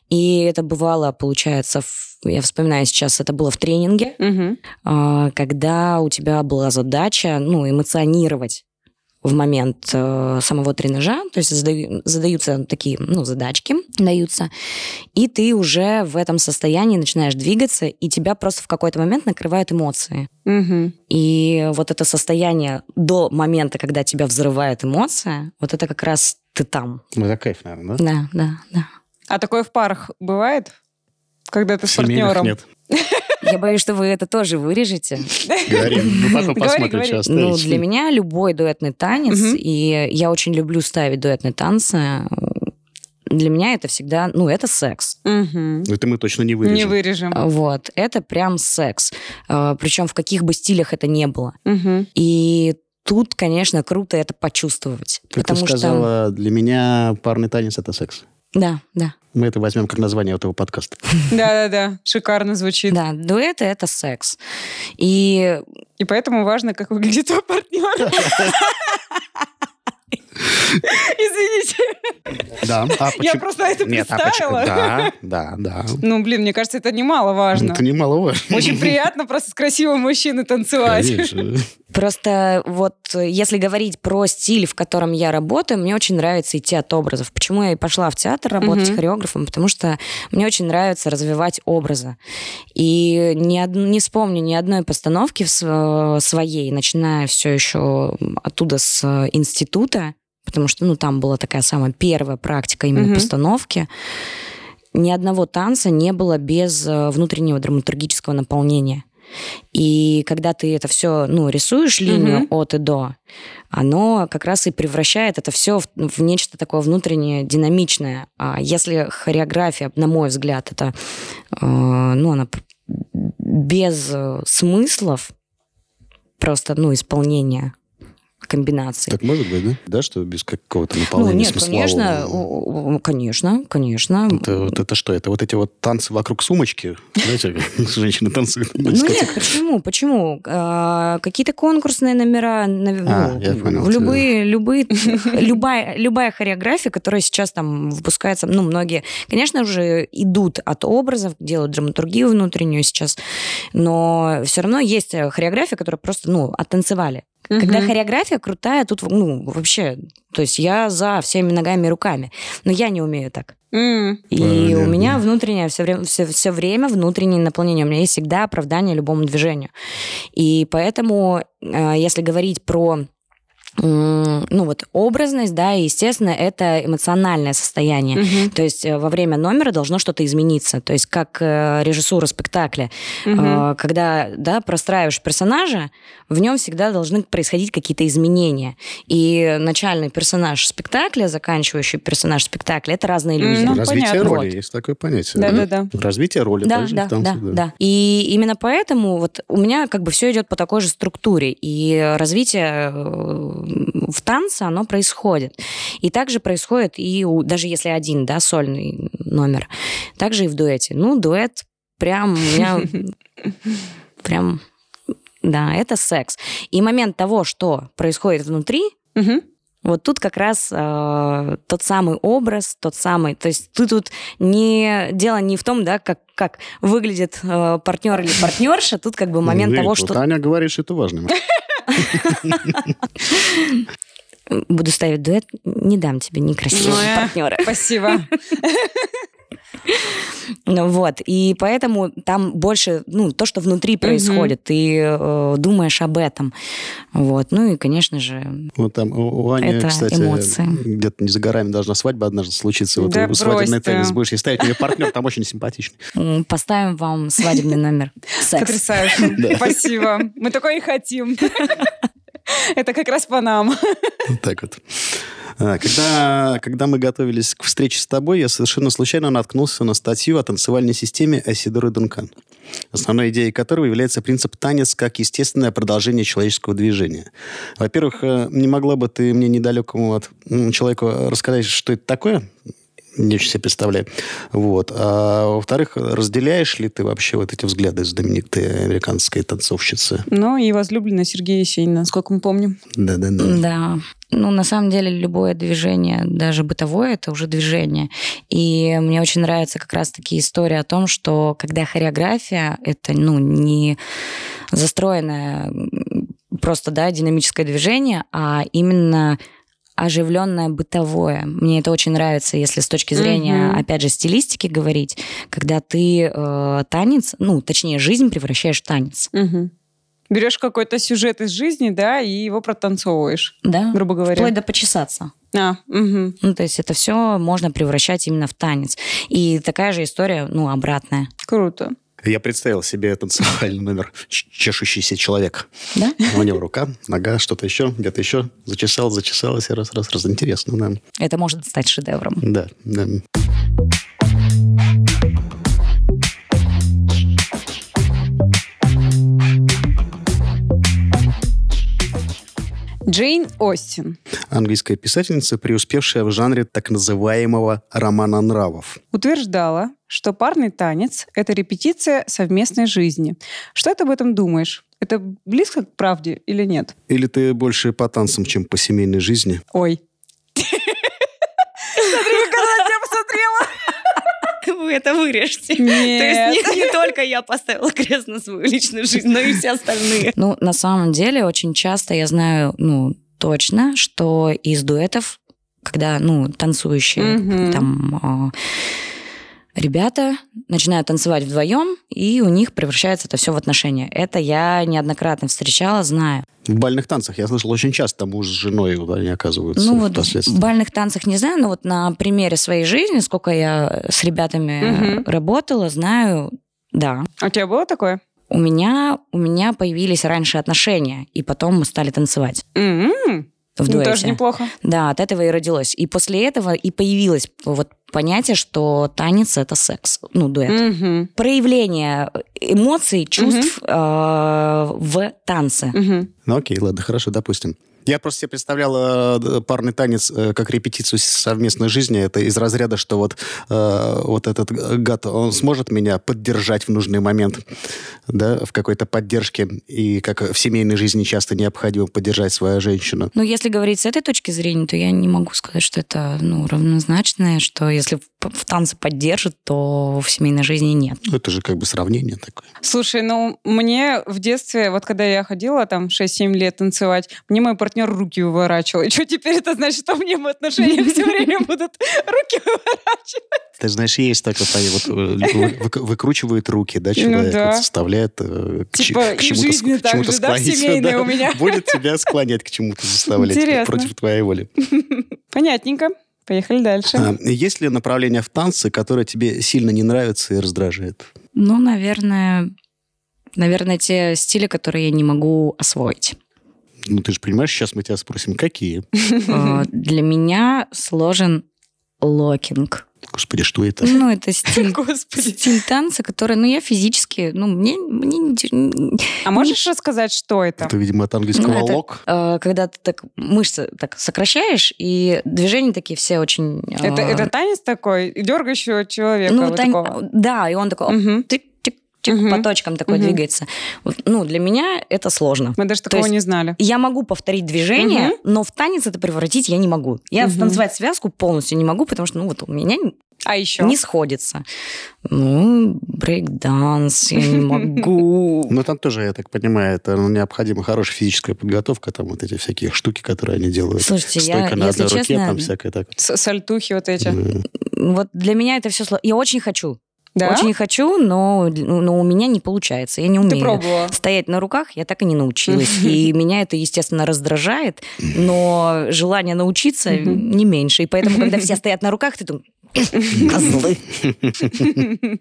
Speaker 3: И это бывало, получается, в- я вспоминаю сейчас, это было в тренинге,
Speaker 2: Мгм.
Speaker 3: а, когда у тебя была задача, ну, эмоционировать в момент э, самого тренажа, то есть задаю- задаются такие, ну, задачки даются, и ты уже в этом состоянии начинаешь двигаться, и тебя просто в какой-то момент накрывают эмоции.
Speaker 2: Мгм.
Speaker 3: И вот это состояние до момента, когда тебя взрывает эмоция, вот это как раз ты там.
Speaker 1: Ну, это кайф, наверное,
Speaker 3: Да, да, да.
Speaker 2: А такое в парах бывает? Когда ты с
Speaker 1: Семейных
Speaker 2: партнером?
Speaker 1: нет.
Speaker 3: Я боюсь, что вы это тоже вырежете.
Speaker 4: Говорим, ну потом
Speaker 2: Говори,
Speaker 4: посмотрим,
Speaker 2: говори.
Speaker 4: что
Speaker 3: Ну,
Speaker 4: оставить.
Speaker 3: для меня любой дуэтный танец,
Speaker 2: Мгм.
Speaker 3: и я очень люблю ставить дуэтные танцы, для меня это всегда, ну, это секс.
Speaker 2: Мгм.
Speaker 1: Ну, Это мы точно не
Speaker 2: Не
Speaker 1: вырежем.
Speaker 2: вырежем.
Speaker 3: Вот, это прям секс. Причем в каких бы стилях это не было.
Speaker 2: Мгм.
Speaker 3: И тут, конечно, круто это почувствовать.
Speaker 1: Как ты сказала, для меня парный танец — это секс.
Speaker 3: что... Да, да.
Speaker 1: Мы это возьмем как название этого подкаста.
Speaker 2: Да-да-да, шикарно звучит.
Speaker 3: Да, дуэты — это секс. И
Speaker 2: И поэтому важно, как выглядит твой партнер. Извините,
Speaker 1: Да. А
Speaker 2: я
Speaker 1: почему-
Speaker 2: просто это
Speaker 1: Нет, а почему-
Speaker 2: представила.
Speaker 1: Да, да, да.
Speaker 2: Ну, блин, мне кажется, это немаловажно.
Speaker 1: Это немаловажно.
Speaker 2: Очень приятно просто с красивым мужчиной танцевать.
Speaker 1: Конечно.
Speaker 3: Просто вот э, если говорить про стиль, в котором я работаю, мне очень нравится идти от образов. Почему я и пошла в театр работать
Speaker 2: Мгм.
Speaker 3: хореографом? Потому что мне очень нравится развивать образы. И не, не вспомню ни одной постановки в св- своей, начиная все еще оттуда с э, института, потому что ну, там была такая самая первая практика именно
Speaker 2: Мгм.
Speaker 3: постановки. Ни одного танца не было без э, внутреннего драматургического наполнения. И когда ты это все, ну, рисуешь линию
Speaker 2: Мгм.
Speaker 3: от и до, оно как раз и превращает это все в, в нечто такое внутреннее, динамичное. А если хореография, на мой взгляд, это, э, ну, она п- без э, смыслов, просто, ну, исполнение комбинаций.
Speaker 1: Так может быть, да? Да, что без какого-то наполнения
Speaker 3: ну, нет,
Speaker 1: смыслового?
Speaker 3: конечно, о- о- конечно, конечно.
Speaker 1: Это, вот это что? Это вот эти вот танцы вокруг сумочки? Знаете, как женщины танцуют? на
Speaker 3: Ну
Speaker 1: дискотеке?
Speaker 3: нет, почему? Почему? А, Какие-то конкурсные номера, нав-
Speaker 1: А,
Speaker 3: ну,
Speaker 1: я понял
Speaker 3: в
Speaker 1: тебя.
Speaker 3: любые, любые, любая, любая хореография, которая сейчас там выпускается, ну, многие, конечно же, идут от образов, делают драматургию внутреннюю сейчас, но все равно есть э, хореография, которая просто, ну, оттанцевали. Когда
Speaker 2: Мгм.
Speaker 3: хореография крутая, тут, ну, вообще, то есть я за всеми ногами и руками, но я не умею так.
Speaker 2: М.
Speaker 3: И
Speaker 1: Понятно.
Speaker 3: у меня внутреннее все время, все, время внутреннее наполнение. У меня есть всегда оправдание любому движению. И поэтому, э, если говорить про м, ну вот образность, да, и, естественно, это эмоциональное состояние.
Speaker 2: Мгм.
Speaker 3: То есть э, во время номера должно что-то измениться. То есть как э, режиссура спектакля,
Speaker 2: Мгм.
Speaker 3: Э, когда да, простраиваешь персонажа, в нем всегда должны происходить какие-то изменения. И начальный персонаж спектакля, заканчивающий персонаж спектакля, это разные люди.
Speaker 2: Ну,
Speaker 1: Развитие
Speaker 2: понятно.
Speaker 1: роли,
Speaker 3: Вот.
Speaker 1: есть такое понятие.
Speaker 2: Да-да-да.
Speaker 1: Развитие роли
Speaker 3: Да,
Speaker 1: также в
Speaker 3: да,
Speaker 1: танце,
Speaker 3: да,
Speaker 1: да.
Speaker 3: да. И именно поэтому вот у меня как бы все идет по такой же структуре, и развитие э, в танце, оно происходит. И также происходит и у, даже если один, да, сольный номер, также и в дуэте. Ну, дуэт прям у меня прям... Да, это секс. И момент того, что происходит внутри,
Speaker 2: Мгм.
Speaker 3: вот тут как раз э, тот самый образ, тот самый. То есть ты тут не дело не в том, да, как как выглядит э, партнер или партнерша, тут как бы момент
Speaker 1: Ну,
Speaker 3: того,
Speaker 1: вот
Speaker 3: что
Speaker 1: Таня, говоришь, это важно.
Speaker 3: буду ставить дуэт, не дам тебе некрасивого
Speaker 2: Ну, э.
Speaker 3: партнера.
Speaker 2: Спасибо.
Speaker 3: Ну, Вот и поэтому там больше, ну то, что внутри происходит, ты э, думаешь об этом, вот. Ну и конечно же,
Speaker 1: Вот там у у Ани,
Speaker 3: Это
Speaker 1: кстати,
Speaker 3: эмоции.
Speaker 1: где-то не за горами должна свадьба однажды случиться. Вот
Speaker 2: Да
Speaker 1: у- свадебный
Speaker 2: брось ты.
Speaker 1: теннис будешь ей ставить. У нее партнер там очень симпатичный.
Speaker 3: м, поставим вам свадебный номер. Секс.
Speaker 2: Потрясающе. Спасибо. Мы такое и хотим. Это как раз по нам.
Speaker 1: Вот так вот. А, Когда, когда мы готовились к встрече с тобой, я совершенно случайно наткнулся на статью о танцевальной системе Асидоры Дункан, основной идеей которой является принцип танец как естественное продолжение человеческого движения. Во-первых, э, не могла бы ты мне недалекому от м, человеку рассказать, что это такое? Не очень себе представляю. Вот. А во-вторых, разделяешь ли ты вообще вот эти взгляды с знаменитой американской танцовщицы?
Speaker 2: Ну и возлюбленная Сергея Есенина, насколько мы помним.
Speaker 1: Да-да-да.
Speaker 3: Да. Ну, на самом деле, любое движение, даже бытовое, это уже движение. И мне очень нравится как раз-таки история о том, что когда хореография, это, ну, не застроенное м, просто, да, динамическое движение, а именно оживленное бытовое. Мне это очень нравится, если с точки зрения,
Speaker 2: Мгм.
Speaker 3: опять же, стилистики говорить, когда ты э, танец, ну, точнее, жизнь превращаешь в танец.
Speaker 2: Берешь какой-то сюжет из жизни, да, и его протанцовываешь,
Speaker 3: Да?
Speaker 2: грубо
Speaker 3: Вплоть
Speaker 2: говоря.
Speaker 3: до почесаться.
Speaker 2: А, мгм.
Speaker 3: Ну, то есть это все можно превращать именно в танец. И такая же история, ну, обратная.
Speaker 2: Круто.
Speaker 1: Я представил себе танцевальный номер «Ч- «Чешущийся человек».
Speaker 3: Да?
Speaker 1: У него рука, нога, что-то еще, где-то еще. Зачесал, зачесалось, и раз, раз, раз. Интересно, да.
Speaker 3: Это может стать шедевром.
Speaker 1: Да, да.
Speaker 2: Джейн Остин.
Speaker 1: Английская писательница, преуспевшая в жанре так называемого романа нравов.
Speaker 2: утверждала, что парный танец – это репетиция совместной жизни. Что ты об этом думаешь? Это близко к правде или нет?
Speaker 1: Или ты больше по танцам, чем по семейной жизни?
Speaker 2: Ой. Смотри, как она на тебя посмотрела.
Speaker 3: Вы это вырежьте.
Speaker 2: Нет.
Speaker 3: не, только я поставила крест на свою личную жизнь, но и все остальные. Ну, на самом деле, очень часто я знаю, ну, точно, что из дуэтов, когда, ну, танцующие
Speaker 2: Мгм.
Speaker 3: там э, ребята начинают танцевать вдвоем, и у них превращается это все в отношения. Это я неоднократно встречала, знаю.
Speaker 1: В бальных танцах, я слышал, очень часто муж с женой вот они оказываются
Speaker 3: Ну вот
Speaker 1: впоследствии.
Speaker 3: в бальных танцах не знаю, но вот на примере своей жизни, сколько я с ребятами э,
Speaker 2: Мгм.
Speaker 3: работала, знаю, да.
Speaker 2: А у тебя было такое?
Speaker 3: У меня, у меня появились раньше отношения, и потом мы стали танцевать
Speaker 2: М-м.
Speaker 3: в
Speaker 2: Ну,
Speaker 3: дуэте.
Speaker 2: Тоже неплохо.
Speaker 3: Да, от этого и родилось. И после этого и появилось вот понятие, что танец — это секс, ну, дуэт.
Speaker 2: Мгм.
Speaker 3: Проявление эмоций, чувств э, в танце.
Speaker 2: Мгм.
Speaker 1: Ну окей, ладно, хорошо, допустим. Я просто себе представлял э, д- парный танец э, как репетицию с- совместной жизни. Это из разряда, что вот, э, вот этот г- гад, он сможет меня поддержать в нужный момент, да, в какой-то поддержке. И как в семейной жизни часто необходимо поддержать свою женщину.
Speaker 3: Но если говорить с этой точки зрения, то я не могу сказать, что это ну, равнозначное, что если в- в танце поддержит, то в семейной жизни нет.
Speaker 1: Ну, это же как бы сравнение такое.
Speaker 2: Слушай, ну мне в детстве, вот когда я ходила там 6-7 лет танцевать, мне мой партнер руки выворачивал. И что теперь это значит, что мне в отношениях все время будут руки выворачивать?
Speaker 1: Ты знаешь, есть такое понятие. Вот, э, вы- выкручивает руки, да, человек,
Speaker 2: Ну да.
Speaker 1: вот заставляет э, к, ч-
Speaker 2: Типа
Speaker 1: к
Speaker 2: и в
Speaker 1: чему-то, ск-
Speaker 2: жизни
Speaker 1: к
Speaker 2: так
Speaker 1: чему-то
Speaker 2: же, да, в
Speaker 1: склонить,
Speaker 2: семейной
Speaker 1: да.
Speaker 2: у меня.
Speaker 1: Будет тебя склонять к чему-то, заставлять
Speaker 2: Интересно.
Speaker 1: против твоей воли.
Speaker 2: Понятненько. Поехали дальше.
Speaker 1: А, есть ли направление в танце, которое тебе сильно не нравится и раздражает?
Speaker 3: Ну, наверное, наверное, те стили, которые я не могу освоить.
Speaker 1: Ну, ты же понимаешь, сейчас мы тебя спросим, какие?
Speaker 3: Э, Для меня сложен локинг.
Speaker 1: Господи, что это?
Speaker 3: Ну, это стиль
Speaker 2: Господи.
Speaker 3: стиль танца, который, ну, я физически, ну, мне, мне не тя-
Speaker 2: А можешь рассказать, что это?
Speaker 1: Это, видимо, от английского
Speaker 3: Ну, это-
Speaker 1: лок.
Speaker 3: Э, когда ты так мышцы так сокращаешь, и движения такие все очень... э,
Speaker 2: Это, это танец такой, дергающего человека.
Speaker 3: ну,
Speaker 2: вот
Speaker 3: тань-
Speaker 2: такого.
Speaker 3: Да, и он такой... оп,
Speaker 2: Мгм.
Speaker 3: тик-тик-тик, По
Speaker 2: Мгм.
Speaker 3: точкам такой
Speaker 2: Мгм.
Speaker 3: двигается. Вот, Ну, для меня это сложно.
Speaker 2: Мы даже такого
Speaker 3: есть-
Speaker 2: не знали.
Speaker 3: Я могу повторить движение,
Speaker 2: Мгм.
Speaker 3: но в танец это превратить я не могу. Я
Speaker 2: Мгм.
Speaker 3: станцевать связку полностью не могу, потому что, ну, вот у меня
Speaker 2: А еще?
Speaker 3: не сходится. Ну, брейк-данс я не могу.
Speaker 1: Но Ну, там тоже, я так понимаю, это ну, необходима хорошая физическая подготовка, там вот эти всякие штуки, которые они делают.
Speaker 3: Слушайте, я,
Speaker 1: Ну, Стойка на
Speaker 3: если
Speaker 1: одной руке,
Speaker 3: честно,
Speaker 1: там всякое так. Э,
Speaker 2: С- Сальтухи вот эти.
Speaker 1: М.
Speaker 3: вот для меня это все сложно. Я очень хочу,
Speaker 2: Да?
Speaker 3: очень хочу, но, но у меня не получается, я не
Speaker 2: Ты
Speaker 3: умею.
Speaker 2: пробовала?
Speaker 3: Стоять на руках я так и не научилась. И меня это, естественно, раздражает, но желание научиться
Speaker 2: Мгм.
Speaker 3: не меньше. И поэтому, когда все стоят на руках, ты думаешь, козлы.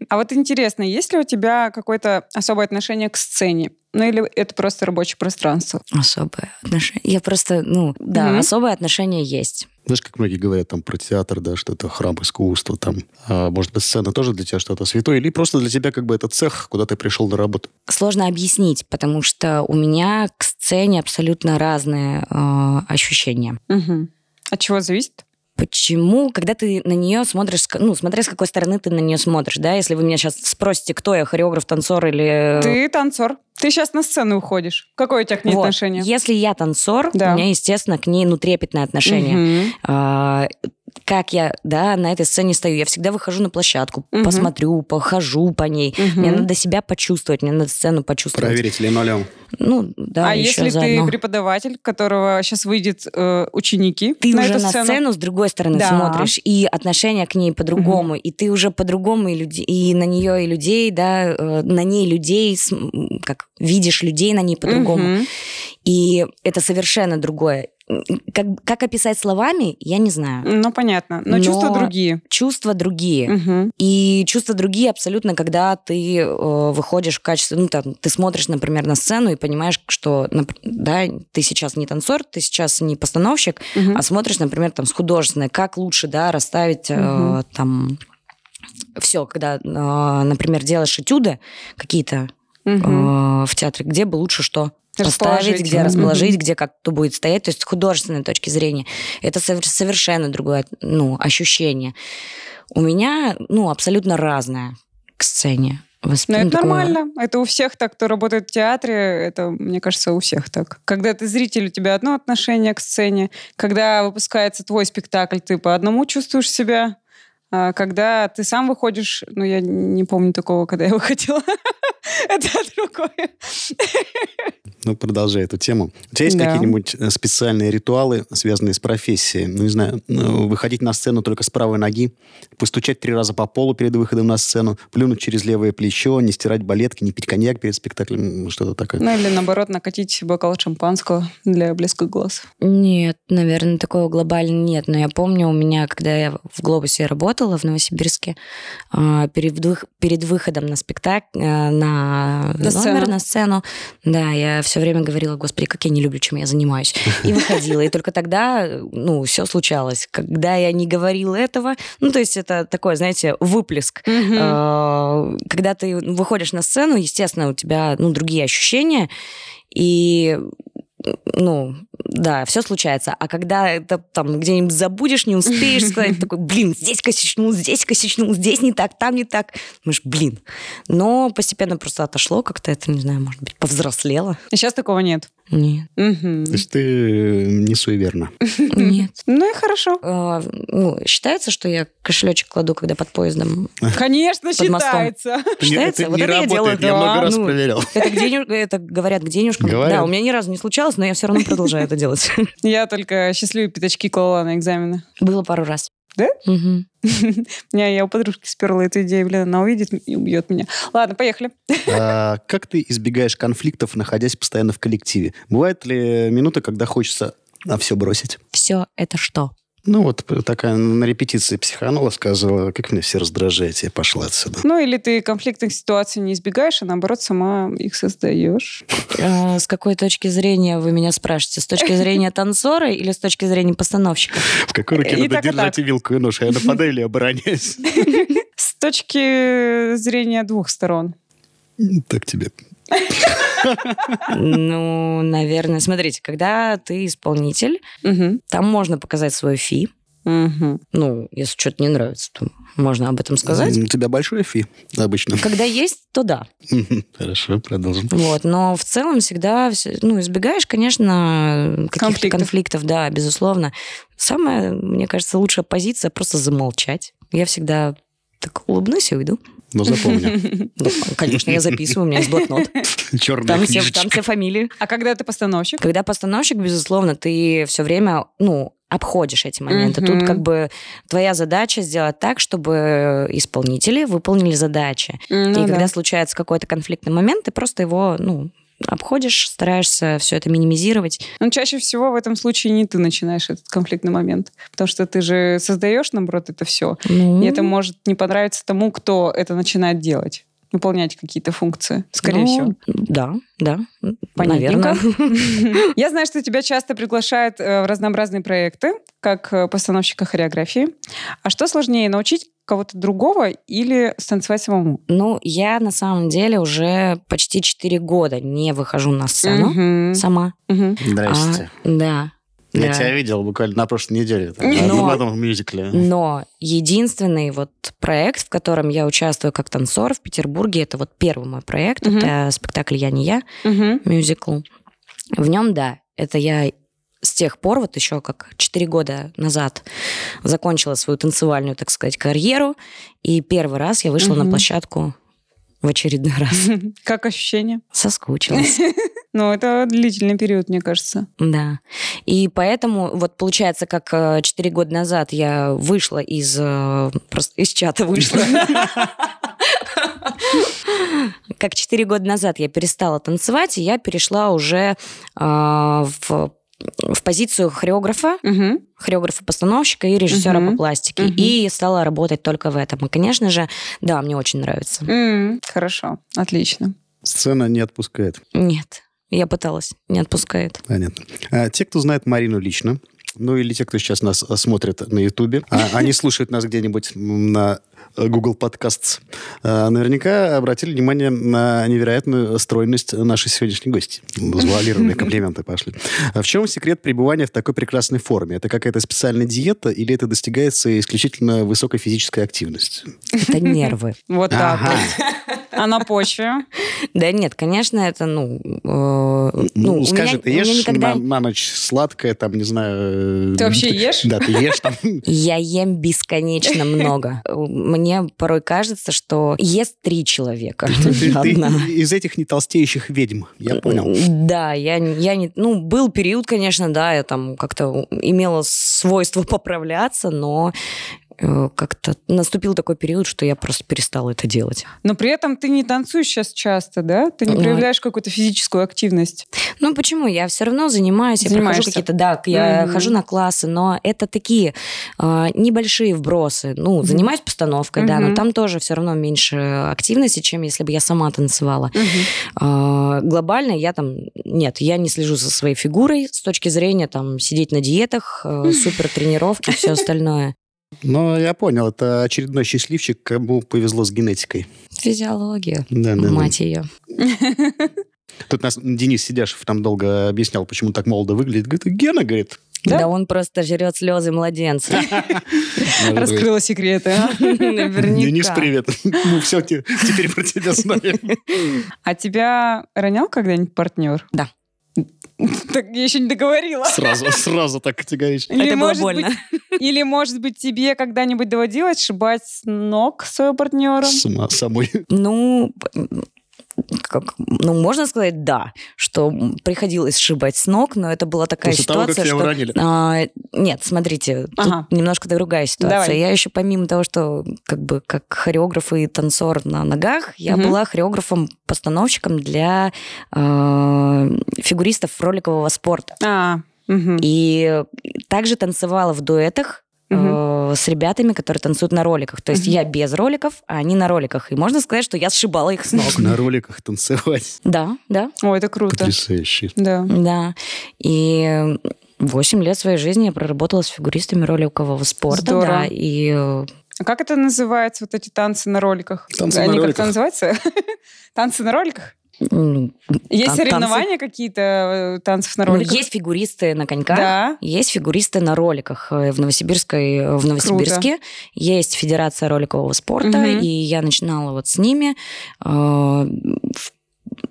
Speaker 2: А вот интересно, есть ли у тебя какое-то особое отношение к сцене? Ну или это просто рабочее пространство?
Speaker 3: Особое отношение. Я просто, ну, да,
Speaker 2: Мгм.
Speaker 3: особое отношение есть.
Speaker 1: Знаешь, как многие говорят там про театр, да, что это храм искусства, там, а, может быть, сцена тоже для тебя что-то святое, или просто для тебя как бы это цех, куда ты пришел на работу.
Speaker 3: Сложно объяснить, потому что у меня к сцене абсолютно разные э, ощущения.
Speaker 2: Мгм. От чего зависит?
Speaker 3: Почему, когда ты на нее смотришь, с ка- ну, смотря с какой стороны ты на нее смотришь, да, если вы меня сейчас спросите, кто я, хореограф, танцор или... э,
Speaker 2: Ты танцор. Ты сейчас на сцену уходишь. Какое у тебя к ней
Speaker 3: Вот.
Speaker 2: отношение?
Speaker 3: Если я танцор,
Speaker 2: Да.
Speaker 3: у меня, естественно, к ней ну, трепетное отношение.
Speaker 2: Мгм.
Speaker 3: А, как я, да, на этой сцене стою, я всегда выхожу на площадку,
Speaker 2: Мгм.
Speaker 3: посмотрю, похожу по ней.
Speaker 2: Мгм.
Speaker 3: Мне надо себя почувствовать, мне надо сцену почувствовать.
Speaker 1: линолеум.
Speaker 3: Ну, да,
Speaker 2: а если
Speaker 3: еще
Speaker 2: ты
Speaker 3: заодно.
Speaker 2: преподаватель, которого сейчас выйдет э, ученики
Speaker 3: ты
Speaker 2: на
Speaker 3: уже
Speaker 2: эту
Speaker 3: на
Speaker 2: сцену?
Speaker 3: сцену. с другой стороны
Speaker 2: Да.
Speaker 3: смотришь, и отношение к ней по-другому, и ты уже по-другому и, люди, и на нее, и людей, да, э, на ней людей, см- как видишь людей на ней по-другому.
Speaker 2: Мгм.
Speaker 3: И это совершенно другое. как, как описать словами, я не знаю.
Speaker 2: Ну, понятно. Но,
Speaker 3: Но-
Speaker 2: чувства другие.
Speaker 3: Чувства другие.
Speaker 2: Мгм.
Speaker 3: И чувства другие абсолютно, когда ты э, выходишь в качестве, ну, там, ты смотришь, например, на сцену и понимаешь, что, нап- да, ты сейчас не танцор, ты сейчас не постановщик,
Speaker 2: Мгм.
Speaker 3: а смотришь, например, там, с художественной, как лучше, да, расставить э,
Speaker 2: Мгм.
Speaker 3: там все, когда, э, например, делаешь этюды какие-то э,
Speaker 2: Мгм.
Speaker 3: в театре, где бы лучше что
Speaker 2: Расположить.
Speaker 3: поставить, где
Speaker 2: Мгм.
Speaker 3: расположить, где как кто будет стоять, то есть с художественной точки зрения. Это совер- совершенно другое ну, ощущение. У меня ну, абсолютно разное к сцене.
Speaker 2: Но
Speaker 3: воспри- ну,
Speaker 2: это
Speaker 3: такое-
Speaker 2: нормально. Это у всех так, кто работает в театре. Это, мне кажется, у всех так. Когда ты зритель, у тебя одно отношение к сцене. Когда выпускается твой спектакль, ты по одному чувствуешь себя. А когда ты сам выходишь... Ну, я не помню такого, когда я выходила. Это другое.
Speaker 1: Ну, продолжая эту тему. У тебя есть
Speaker 2: Да.
Speaker 1: какие-нибудь э, специальные ритуалы, связанные с профессией? Ну, не знаю, ну, выходить на сцену только с правой ноги, постучать три раза по полу перед выходом на сцену, плюнуть через левое плечо, не стирать балетки, не пить коньяк перед спектаклем, м, что-то такое.
Speaker 2: Ну, или наоборот, накатить бокал шампанского для блеска глаз.
Speaker 3: Нет, наверное, такого глобально нет. Но я помню, у меня, когда я в «Глобусе» работала в Новосибирске, а, перед, вых- перед выходом на спектакль, э, на, номер,
Speaker 2: сцену.
Speaker 3: на сцену, да, я все время говорила, господи, как я не люблю, чем я занимаюсь. И выходила. И только тогда, ну, все случалось. Когда я не говорила этого, ну, то есть это такой, знаете, выплеск.
Speaker 2: Мгм.
Speaker 3: Э, Когда ты выходишь на сцену, естественно, у тебя ну, другие ощущения, и ну, да, все случается. А когда это там где-нибудь забудешь, не успеешь сказать, такой, блин, здесь косичнул, здесь косичнул, здесь не так, там не так. Думаешь, блин. Но постепенно просто отошло как-то, это, не знаю, может быть, повзрослело.
Speaker 2: И Сейчас такого нет.
Speaker 3: Нет.
Speaker 2: Мгм.
Speaker 1: То есть ты э, не суеверна.
Speaker 3: Нет.
Speaker 2: Ну и хорошо.
Speaker 3: Э, Ну, считается, что я кошелечек кладу, когда под поездом.
Speaker 2: Конечно,
Speaker 3: Под мостом.
Speaker 2: считается.
Speaker 3: Считается?
Speaker 1: Это
Speaker 3: Вот
Speaker 1: не
Speaker 3: это я делаю,
Speaker 1: работает, я много
Speaker 3: да,
Speaker 1: раз
Speaker 3: ну.
Speaker 1: проверял.
Speaker 3: Это, к денеж- это говорят к денежкам.
Speaker 1: Говорят.
Speaker 3: Да, у меня ни разу не случалось, но я все равно продолжаю это делать.
Speaker 2: Я только счастливые пятачки клала на экзамены.
Speaker 3: Было пару раз.
Speaker 2: Да?
Speaker 3: Мгм.
Speaker 2: У меня я у подружки сперла эту идею, блин, она увидит и убьет меня. Ладно, поехали.
Speaker 1: А Как ты избегаешь конфликтов, находясь постоянно в коллективе? Бывают ли минуты, когда хочется а все бросить?
Speaker 3: Все это что?
Speaker 1: Ну вот п- такая на репетиции психанула, сказала, как меня все раздражаете, я пошла отсюда.
Speaker 2: Ну, или ты конфликтных ситуаций не избегаешь, а наоборот, сама их создаешь.
Speaker 3: Э, С какой точки зрения вы меня спрашиваете? С точки зрения танцора или с точки зрения постановщика?
Speaker 1: В какой руке
Speaker 2: И
Speaker 1: надо
Speaker 2: так, и
Speaker 1: держать вилку и нож? А Я нападаю или обороняюсь?
Speaker 2: С точки зрения двух сторон.
Speaker 1: Так тебе.
Speaker 3: Ну, наверное, смотрите, когда ты исполнитель,
Speaker 2: Мгм.
Speaker 3: там можно показать свою фи.
Speaker 2: Мгм.
Speaker 3: Ну, если что-то не нравится, то можно об этом сказать.
Speaker 1: М, У тебя большой фи обычно.
Speaker 3: Когда есть, то да.
Speaker 1: Хорошо, продолжим.
Speaker 3: Вот, но в целом всегда, всё- ну, избегаешь, конечно, каких-то
Speaker 2: Конфликтов.
Speaker 3: конфликтов. да, безусловно. Самая, мне кажется, лучшая позиция просто замолчать. Я всегда так улыбнусь и уйду.
Speaker 1: Но запомни.
Speaker 3: Да, Ну, конечно, я записываю, у меня есть блокнот.
Speaker 1: Черная
Speaker 3: Там все,
Speaker 1: книжечка.
Speaker 3: там все фамилии.
Speaker 2: А когда ты постановщик?
Speaker 3: Когда постановщик, безусловно, ты все время, ну, обходишь эти моменты.
Speaker 2: Мгм.
Speaker 3: Тут как бы твоя задача сделать так, чтобы исполнители выполнили задачи.
Speaker 2: М, ну
Speaker 3: и когда
Speaker 2: да.
Speaker 3: случается какой-то конфликтный момент, ты просто его, ну, обходишь, стараешься все это минимизировать.
Speaker 2: Но Ну, чаще всего в этом случае не ты начинаешь этот конфликтный момент, потому что ты же создаешь, наоборот, это все.
Speaker 3: Ну,
Speaker 2: И это может не понравиться тому, кто это начинает делать, выполнять какие-то функции, скорее
Speaker 3: ну,
Speaker 2: всего.
Speaker 3: Да, да,
Speaker 2: Понятненько.
Speaker 3: наверное.
Speaker 2: Я знаю, что тебя часто приглашают э, в разнообразные проекты, как э, постановщика хореографии. А что сложнее, научить кого-то другого или станцевать самому?
Speaker 3: Ну, я на самом деле уже почти 4 года не выхожу на сцену
Speaker 2: Мгм.
Speaker 3: сама.
Speaker 2: Мгм.
Speaker 1: Здрасте.
Speaker 3: А, да.
Speaker 1: Я
Speaker 3: да.
Speaker 1: тебя видел буквально на прошлой неделе. там,
Speaker 2: Ну.
Speaker 1: На одном одном э, мюзикле.
Speaker 3: Но единственный вот проект, в котором я участвую как танцор в Петербурге, это вот первый мой проект,
Speaker 2: Мгм.
Speaker 3: это спектакль «Я не я»,
Speaker 2: Мгм.
Speaker 3: мюзикл. В нем, да, это я с тех пор, вот еще как 4 года назад, закончила свою танцевальную, так сказать, карьеру, и первый раз я вышла
Speaker 2: Мгм.
Speaker 3: на площадку в очередной раз.
Speaker 2: Как ощущение?
Speaker 3: Соскучилась,
Speaker 2: Ну, это длительный период, мне кажется.
Speaker 3: да. И поэтому, вот получается, как э, 4 года назад я вышла из... э, Просто из чата вышла. Как 4 года назад я перестала танцевать, и я перешла уже э, в в позицию хореографа,
Speaker 2: Мгм.
Speaker 3: хореографа-постановщика и режиссера
Speaker 2: Мгм.
Speaker 3: по пластике.
Speaker 2: Мгм.
Speaker 3: И стала работать только в этом. И, конечно же, да, мне очень нравится.
Speaker 2: М, Хорошо, отлично.
Speaker 1: Сцена не отпускает.
Speaker 3: Нет, я пыталась, не отпускает.
Speaker 1: Понятно. А, те, кто знает Марину лично, ну или те, кто сейчас нас а, смотрит на Ютубе, а, они слушают нас где-нибудь м, на э, Google Podcasts, а, наверняка обратили внимание на невероятную стройность нашей сегодняшней гости. Завуалированные комплименты пошли. А в чем секрет пребывания в такой прекрасной форме? Это какая-то специальная диета или это достигается исключительно высокой физической активностью?
Speaker 3: Это нервы.
Speaker 2: Вот так.
Speaker 1: Ага.
Speaker 2: вот. А на почве?
Speaker 3: Да нет, конечно, это, ну... э, ну,
Speaker 1: Ну,
Speaker 3: у
Speaker 1: скажи,
Speaker 3: меня- у
Speaker 1: ты
Speaker 3: меня
Speaker 1: ешь
Speaker 3: никогда-
Speaker 1: на, на ночь сладкое, там, не знаю... э,
Speaker 2: Ты вообще ешь?
Speaker 1: Да, ты ешь там.
Speaker 3: Я ем бесконечно много. Мне порой кажется, что ест три человека.
Speaker 1: Ты- ты-
Speaker 3: Я
Speaker 1: ты
Speaker 3: одна.
Speaker 1: из этих не толстеющих ведьм, я понял.
Speaker 3: Да, я, не- я не... Ну, был период, конечно, да, я там как-то имела свойство поправляться, но э, как-то наступил такой период, что я просто перестала это делать.
Speaker 2: Но при этом ты не танцуешь сейчас часто, да? Ты не
Speaker 3: Нет.
Speaker 2: проявляешь какую-то физическую активность.
Speaker 3: Ну, почему? Я все равно занимаюсь, я прохожу
Speaker 2: Занимаешься.
Speaker 3: какие-то, да, я
Speaker 2: Мгм.
Speaker 3: хожу на классы, но это такие а, небольшие вбросы. Ну,
Speaker 2: Мгм.
Speaker 3: занимаюсь постановкой, да,
Speaker 2: Мгм.
Speaker 3: но там тоже все равно меньше активности, чем если бы я сама танцевала. А, глобально я там, нет, я не слежу за своей фигурой с точки зрения там сидеть на диетах, а, супер тренировки, все остальное.
Speaker 1: Но я понял, это очередной счастливчик, кому повезло с генетикой.
Speaker 3: Физиология.
Speaker 1: Да, да, да.
Speaker 3: Мать ее.
Speaker 1: Тут нас Денис Сидяшев там долго объяснял, почему так молодо выглядит. Говорит, Гена, говорит.
Speaker 2: Да?
Speaker 3: Да? он просто жрет слезы младенца.
Speaker 1: Может быть.
Speaker 2: Раскрыла секреты. а?
Speaker 3: Наверняка.
Speaker 1: Денис, привет. Мы все теперь про тебя знаем.
Speaker 2: А тебя ронял когда-нибудь партнер?
Speaker 3: Да.
Speaker 2: Так я еще не договорила.
Speaker 1: Сразу, сразу так категорично.
Speaker 2: Или,
Speaker 3: Это было
Speaker 2: может
Speaker 3: больно.
Speaker 2: быть- или, может быть, тебе когда-нибудь доводилось шибать с ног своего партнера?
Speaker 1: С ума собой.
Speaker 3: Ну, м, как, ну, можно сказать, да, что м, приходилось сшибать с ног, но это была такая
Speaker 1: После того, как
Speaker 3: ситуация,
Speaker 1: тебя
Speaker 3: что...
Speaker 1: уронили.
Speaker 3: А, нет, смотрите, тут
Speaker 2: Ага.
Speaker 3: немножко другая ситуация.
Speaker 2: Давай.
Speaker 3: Я еще помимо того, что как бы как хореограф и танцор на ногах, я
Speaker 2: Мгм.
Speaker 3: была хореографом-постановщиком для э, фигуристов роликового спорта.
Speaker 2: А, мгм.
Speaker 3: И также танцевала в дуэтах
Speaker 2: Мгм.
Speaker 3: э, с ребятами, которые танцуют на роликах. То есть
Speaker 2: Мгм.
Speaker 3: я без роликов, а они на роликах. И можно сказать, что я сшибала их с ног.
Speaker 1: Ну, На роликах танцевать.
Speaker 3: Да, да,
Speaker 2: О, это круто.
Speaker 1: Потрясающе.
Speaker 2: Да.
Speaker 3: да. И 8 лет своей жизни я проработала с фигуристами роликового спорта.
Speaker 2: Здорово.
Speaker 3: Да, и э,
Speaker 2: А как это называется, вот эти танцы на роликах?
Speaker 1: Танцы на
Speaker 2: Они
Speaker 1: роликах.
Speaker 2: как-то называются? Танцы на роликах?
Speaker 3: ну,
Speaker 2: Есть
Speaker 3: Тан-
Speaker 2: соревнования какие-то э, танцев на
Speaker 3: ну,
Speaker 2: роликах?
Speaker 3: есть фигуристы на коньках.
Speaker 2: Да.
Speaker 3: Есть фигуристы на роликах э, в Новосибирской, э, в Новосибирске. Есть Федерация роликового спорта,
Speaker 2: Мгм.
Speaker 3: и я начинала вот с ними. Э, в-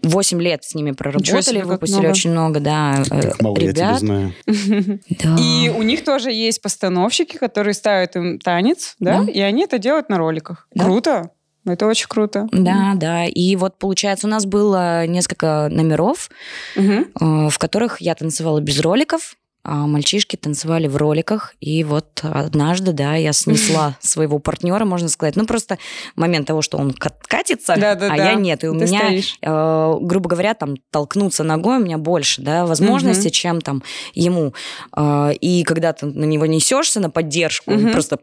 Speaker 3: Восемь лет с ними
Speaker 2: себе,
Speaker 3: проработали,
Speaker 2: как
Speaker 3: выпустили
Speaker 2: много.
Speaker 3: очень много, да, э,
Speaker 1: Как мало я тебя
Speaker 3: ребят.
Speaker 1: знаю.
Speaker 3: Да.
Speaker 1: А.
Speaker 2: И у них тоже есть постановщики, которые ставят им танец, да,
Speaker 3: Да.
Speaker 2: и они это делают на роликах.
Speaker 3: Да.
Speaker 2: Круто. Это очень круто.
Speaker 3: Да, да. И вот, получается, у нас было несколько номеров,
Speaker 2: Мгм.
Speaker 3: э, в которых я танцевала без роликов, а мальчишки танцевали в роликах. И вот однажды, да, я снесла своего партнера, можно сказать. Ну, просто момент того, что он кат- катится,
Speaker 2: Да-да-да.
Speaker 3: а я нет. И у
Speaker 2: Ты
Speaker 3: меня,
Speaker 2: стоишь.
Speaker 3: э, грубо говоря, там толкнуться ногой у меня больше, да, возможностей,
Speaker 2: Мгм.
Speaker 3: чем там ему. Э, И когда ты на него несешься на поддержку,
Speaker 2: Мгм.
Speaker 3: просто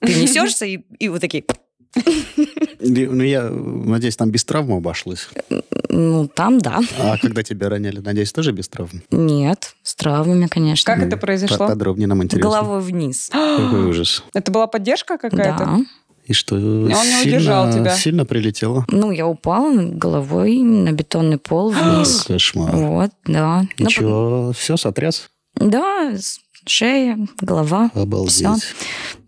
Speaker 3: ты несешься и, и вот такие...
Speaker 1: Ли- Ну, я э, надеюсь, там без травмы обошлось.
Speaker 3: Ну, там, да.
Speaker 1: А когда тебя роняли, надеюсь, тоже без травм?
Speaker 3: Нет, с травмами, конечно.
Speaker 2: Как это
Speaker 1: По-
Speaker 2: произошло?
Speaker 1: Подробнее нам интересно.
Speaker 3: Головой вниз.
Speaker 1: Какой ужас.
Speaker 2: Это была поддержка какая-то?
Speaker 3: Да.
Speaker 1: И что,
Speaker 2: не
Speaker 1: сильно,
Speaker 2: удержал тебя.
Speaker 1: сильно прилетело?
Speaker 3: Ну, я упала головой на бетонный пол вниз.
Speaker 1: Кошмар.
Speaker 3: вот, да. Ну,
Speaker 1: Ничего, все, сотряс?
Speaker 3: по- Да, с- шея, голова. Всё.
Speaker 1: Обалдеть.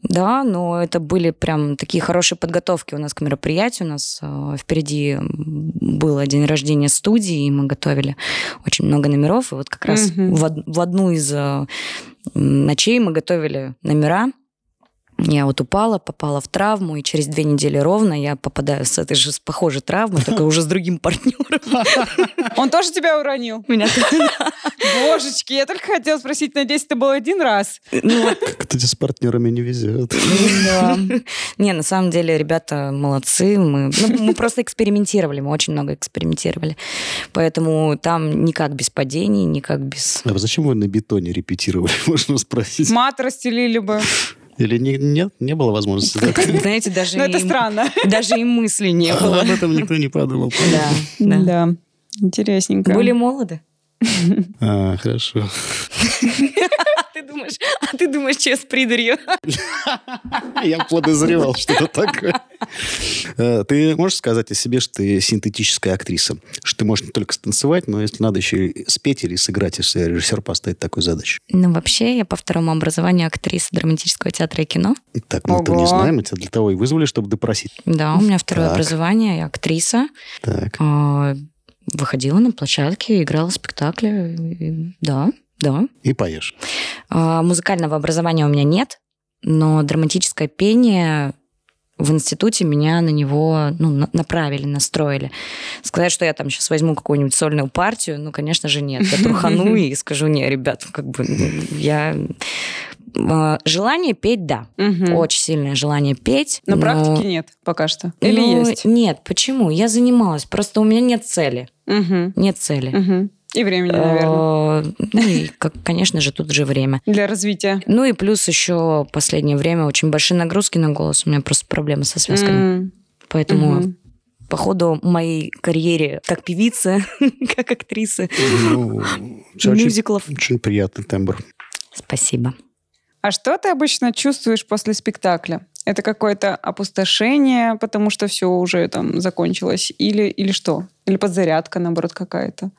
Speaker 3: Да, но это были прям такие хорошие подготовки у нас к мероприятию. У нас э, впереди м, было день рождения студии, и мы готовили очень много номеров. И вот как раз
Speaker 2: Мгм.
Speaker 3: в, од- в одну из э, м, ночей мы готовили номера. Я вот упала, попала в травму, и через две недели ровно я попадаю с этой же с похожей травмы, только уже с другим партнером.
Speaker 2: Он тоже тебя уронил?
Speaker 3: Меня
Speaker 2: Божечки, я только хотела спросить, надеюсь, это был один раз?
Speaker 1: Как-то тебе с партнерами не везет.
Speaker 3: Не, на самом деле, ребята молодцы. Мы, ну, мы просто экспериментировали, мы очень много экспериментировали. Поэтому там никак без падений, никак без...
Speaker 1: А зачем вы на бетоне репетировали, можно спросить?
Speaker 2: Мат расстелили бы.
Speaker 1: Или не- нет, не было возможности? да?
Speaker 3: Знаете, даже,
Speaker 2: Но Ну, это
Speaker 3: и-
Speaker 2: странно.
Speaker 3: даже и мысли не было.
Speaker 1: Об этом никто не подумал.
Speaker 3: Да, да.
Speaker 2: Да. Интересненько.
Speaker 3: Были молоды.
Speaker 1: А, хорошо.
Speaker 3: А ты думаешь, а ты думаешь, че с придурью?
Speaker 1: Я подозревал что-то такое. Э, Ты можешь сказать о себе, что ты синтетическая актриса? Что ты можешь не только станцевать, но если надо еще и спеть или сыграть, если режиссер поставит такую задачу.
Speaker 3: Ну, вообще, я по второму образованию актриса драматического театра и кино.
Speaker 1: Так, мы этого не
Speaker 2: Ого.
Speaker 1: знаем, мы тебя для того и вызвали, чтобы допросить.
Speaker 3: Да, у меня второе
Speaker 1: Так.
Speaker 3: образование, я актриса.
Speaker 1: Так.
Speaker 3: А, Выходила на площадке, играла в спектакле. И- Да, да.
Speaker 1: И поешь.
Speaker 3: А, Музыкального образования у меня нет, но драматическое пение в институте меня на него ну, на- направили, настроили. Сказать, что я там сейчас возьму какую-нибудь сольную партию, ну, конечно же, нет. Я трухану и скажу, не, ребят, как бы ну, я... А, Желание петь, да.
Speaker 2: Мгм.
Speaker 3: Очень сильное желание петь.
Speaker 2: На
Speaker 3: но-
Speaker 2: практике нет пока что. Или
Speaker 3: ну,
Speaker 2: есть?
Speaker 3: Нет, почему? Я занималась. Просто у меня нет цели.
Speaker 2: Мгм.
Speaker 3: Нет цели.
Speaker 2: Мгм. И времени, наверное.
Speaker 3: Э, Ну и, как, конечно же, тут же время.
Speaker 2: Для развития.
Speaker 3: Ну и плюс еще последнее время очень большие нагрузки на голос. У меня просто проблемы со связками.
Speaker 2: М.
Speaker 3: Поэтому,
Speaker 2: Мгм.
Speaker 3: по ходу моей карьере как певицы, как актрисы,
Speaker 1: Ну, у тебя очень,
Speaker 3: мюзиклов.
Speaker 1: очень приятный тембр.
Speaker 3: Спасибо.
Speaker 2: А что ты обычно чувствуешь после спектакля? Это какое-то опустошение, потому что все уже там закончилось? Или, или что? Или подзарядка, наоборот, какая-то?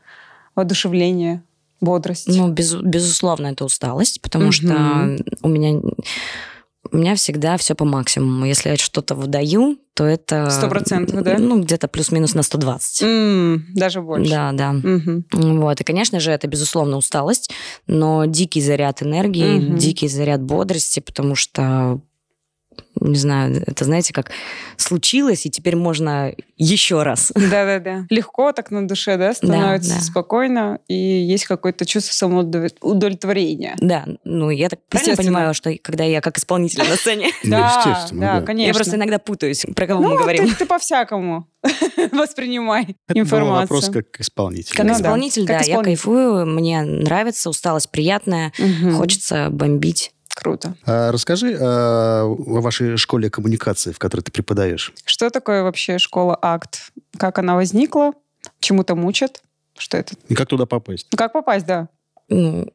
Speaker 2: Воодушевление, бодрость?
Speaker 3: Ну, безу- безусловно, это усталость, потому
Speaker 2: Мгм.
Speaker 3: что у меня... У меня всегда все по максимуму. Если я что-то выдаю, то это...
Speaker 2: 100%, да?
Speaker 3: Ну, где-то плюс-минус на 120.
Speaker 2: М, даже больше.
Speaker 3: Да, да.
Speaker 2: Мгм.
Speaker 3: Вот. И, конечно же, это, безусловно, усталость, но дикий заряд энергии,
Speaker 2: Мгм.
Speaker 3: дикий заряд бодрости, потому что, не знаю, это, знаете, как случилось, и теперь можно еще раз.
Speaker 2: Да-да-да. Легко так на душе, да, становится
Speaker 3: да.
Speaker 2: спокойно, и есть какое-то чувство самоудовлетворения.
Speaker 3: Да, ну, я так правильно
Speaker 2: Естественно.
Speaker 3: понимаю, что когда я как исполнитель на сцене,
Speaker 1: Ну, естественно, да.
Speaker 2: конечно.
Speaker 3: я просто иногда путаюсь, про кого
Speaker 2: ну,
Speaker 3: мы
Speaker 2: вот
Speaker 3: говорим.
Speaker 2: Ты, ты по-всякому воспринимай
Speaker 1: Это был вопрос
Speaker 2: информацию.
Speaker 1: как исполнитель.
Speaker 3: Как
Speaker 2: ну да.
Speaker 3: исполнитель,
Speaker 2: как
Speaker 3: да, я
Speaker 2: исполнитель.
Speaker 3: кайфую, мне нравится, усталость приятная,
Speaker 2: Мгм.
Speaker 3: хочется бомбить.
Speaker 2: Круто.
Speaker 1: А расскажи а, о вашей школе коммуникации, в которой ты преподаешь.
Speaker 2: Что такое вообще школа АКТ? Как она возникла? Чему там учат? Что это?
Speaker 1: И как туда попасть?
Speaker 2: Ну, как попасть, да?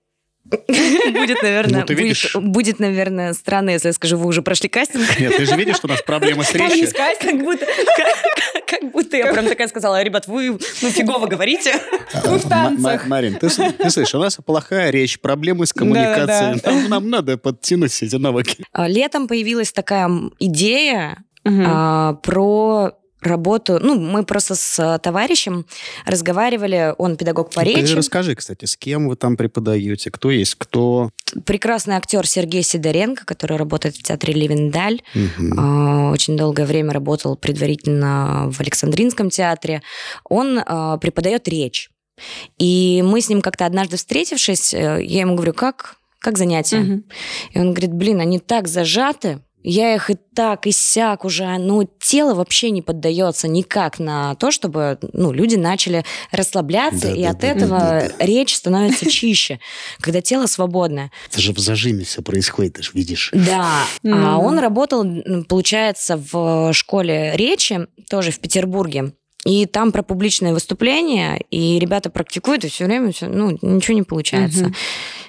Speaker 3: Ну, Будет, наверное,
Speaker 1: Ну, ты видишь.
Speaker 3: будет, будет, наверное, странно, если я скажу, вы уже прошли кастинг.
Speaker 1: Нет, ты же видишь, что у нас проблема с
Speaker 2: Там не
Speaker 1: речью.
Speaker 2: сказать,
Speaker 3: Как будто, как, как будто я прям такая сказала, ребят, вы ну, фигово говорите.
Speaker 2: Мы в танцах.
Speaker 1: Э, Ма- Марин, ты, с- ты слышишь, у нас плохая речь, проблемы с коммуникацией.
Speaker 2: Да-да-да.
Speaker 1: Нам, нам надо подтянуть эти навыки.
Speaker 3: А, Летом появилась такая м, идея
Speaker 2: Мгм.
Speaker 3: а, про работу. Ну, мы просто с а, товарищем разговаривали, он педагог по
Speaker 1: Ты
Speaker 3: речи,
Speaker 1: Э, Расскажи, кстати, с кем вы там преподаете, кто есть кто.
Speaker 3: прекрасный актер Сергей Сидоренко, который работает в театре Левендаль,
Speaker 1: Мгм.
Speaker 3: А, Очень долгое время работал предварительно в Александринском театре. Он а, преподает речь. И мы с ним как-то однажды встретившись, э, я ему говорю, как, как занятия?
Speaker 2: Мгм.
Speaker 3: И он говорит, блин, они так зажаты, я их и так, и сяк уже, ну, тело вообще не поддается никак на то, чтобы, ну, люди начали расслабляться, и
Speaker 1: Да-да-да,
Speaker 3: от этого
Speaker 1: да-да-да.
Speaker 3: речь становится чище, когда тело свободное.
Speaker 1: Это же в зажиме все происходит, ты же видишь.
Speaker 3: Да, а
Speaker 2: Ну.
Speaker 3: он работал, м, получается, в школе речи, тоже в Петербурге. И там про публичные выступления, и ребята практикуют, и все время всё, ну, ничего не получается.
Speaker 2: Мгм.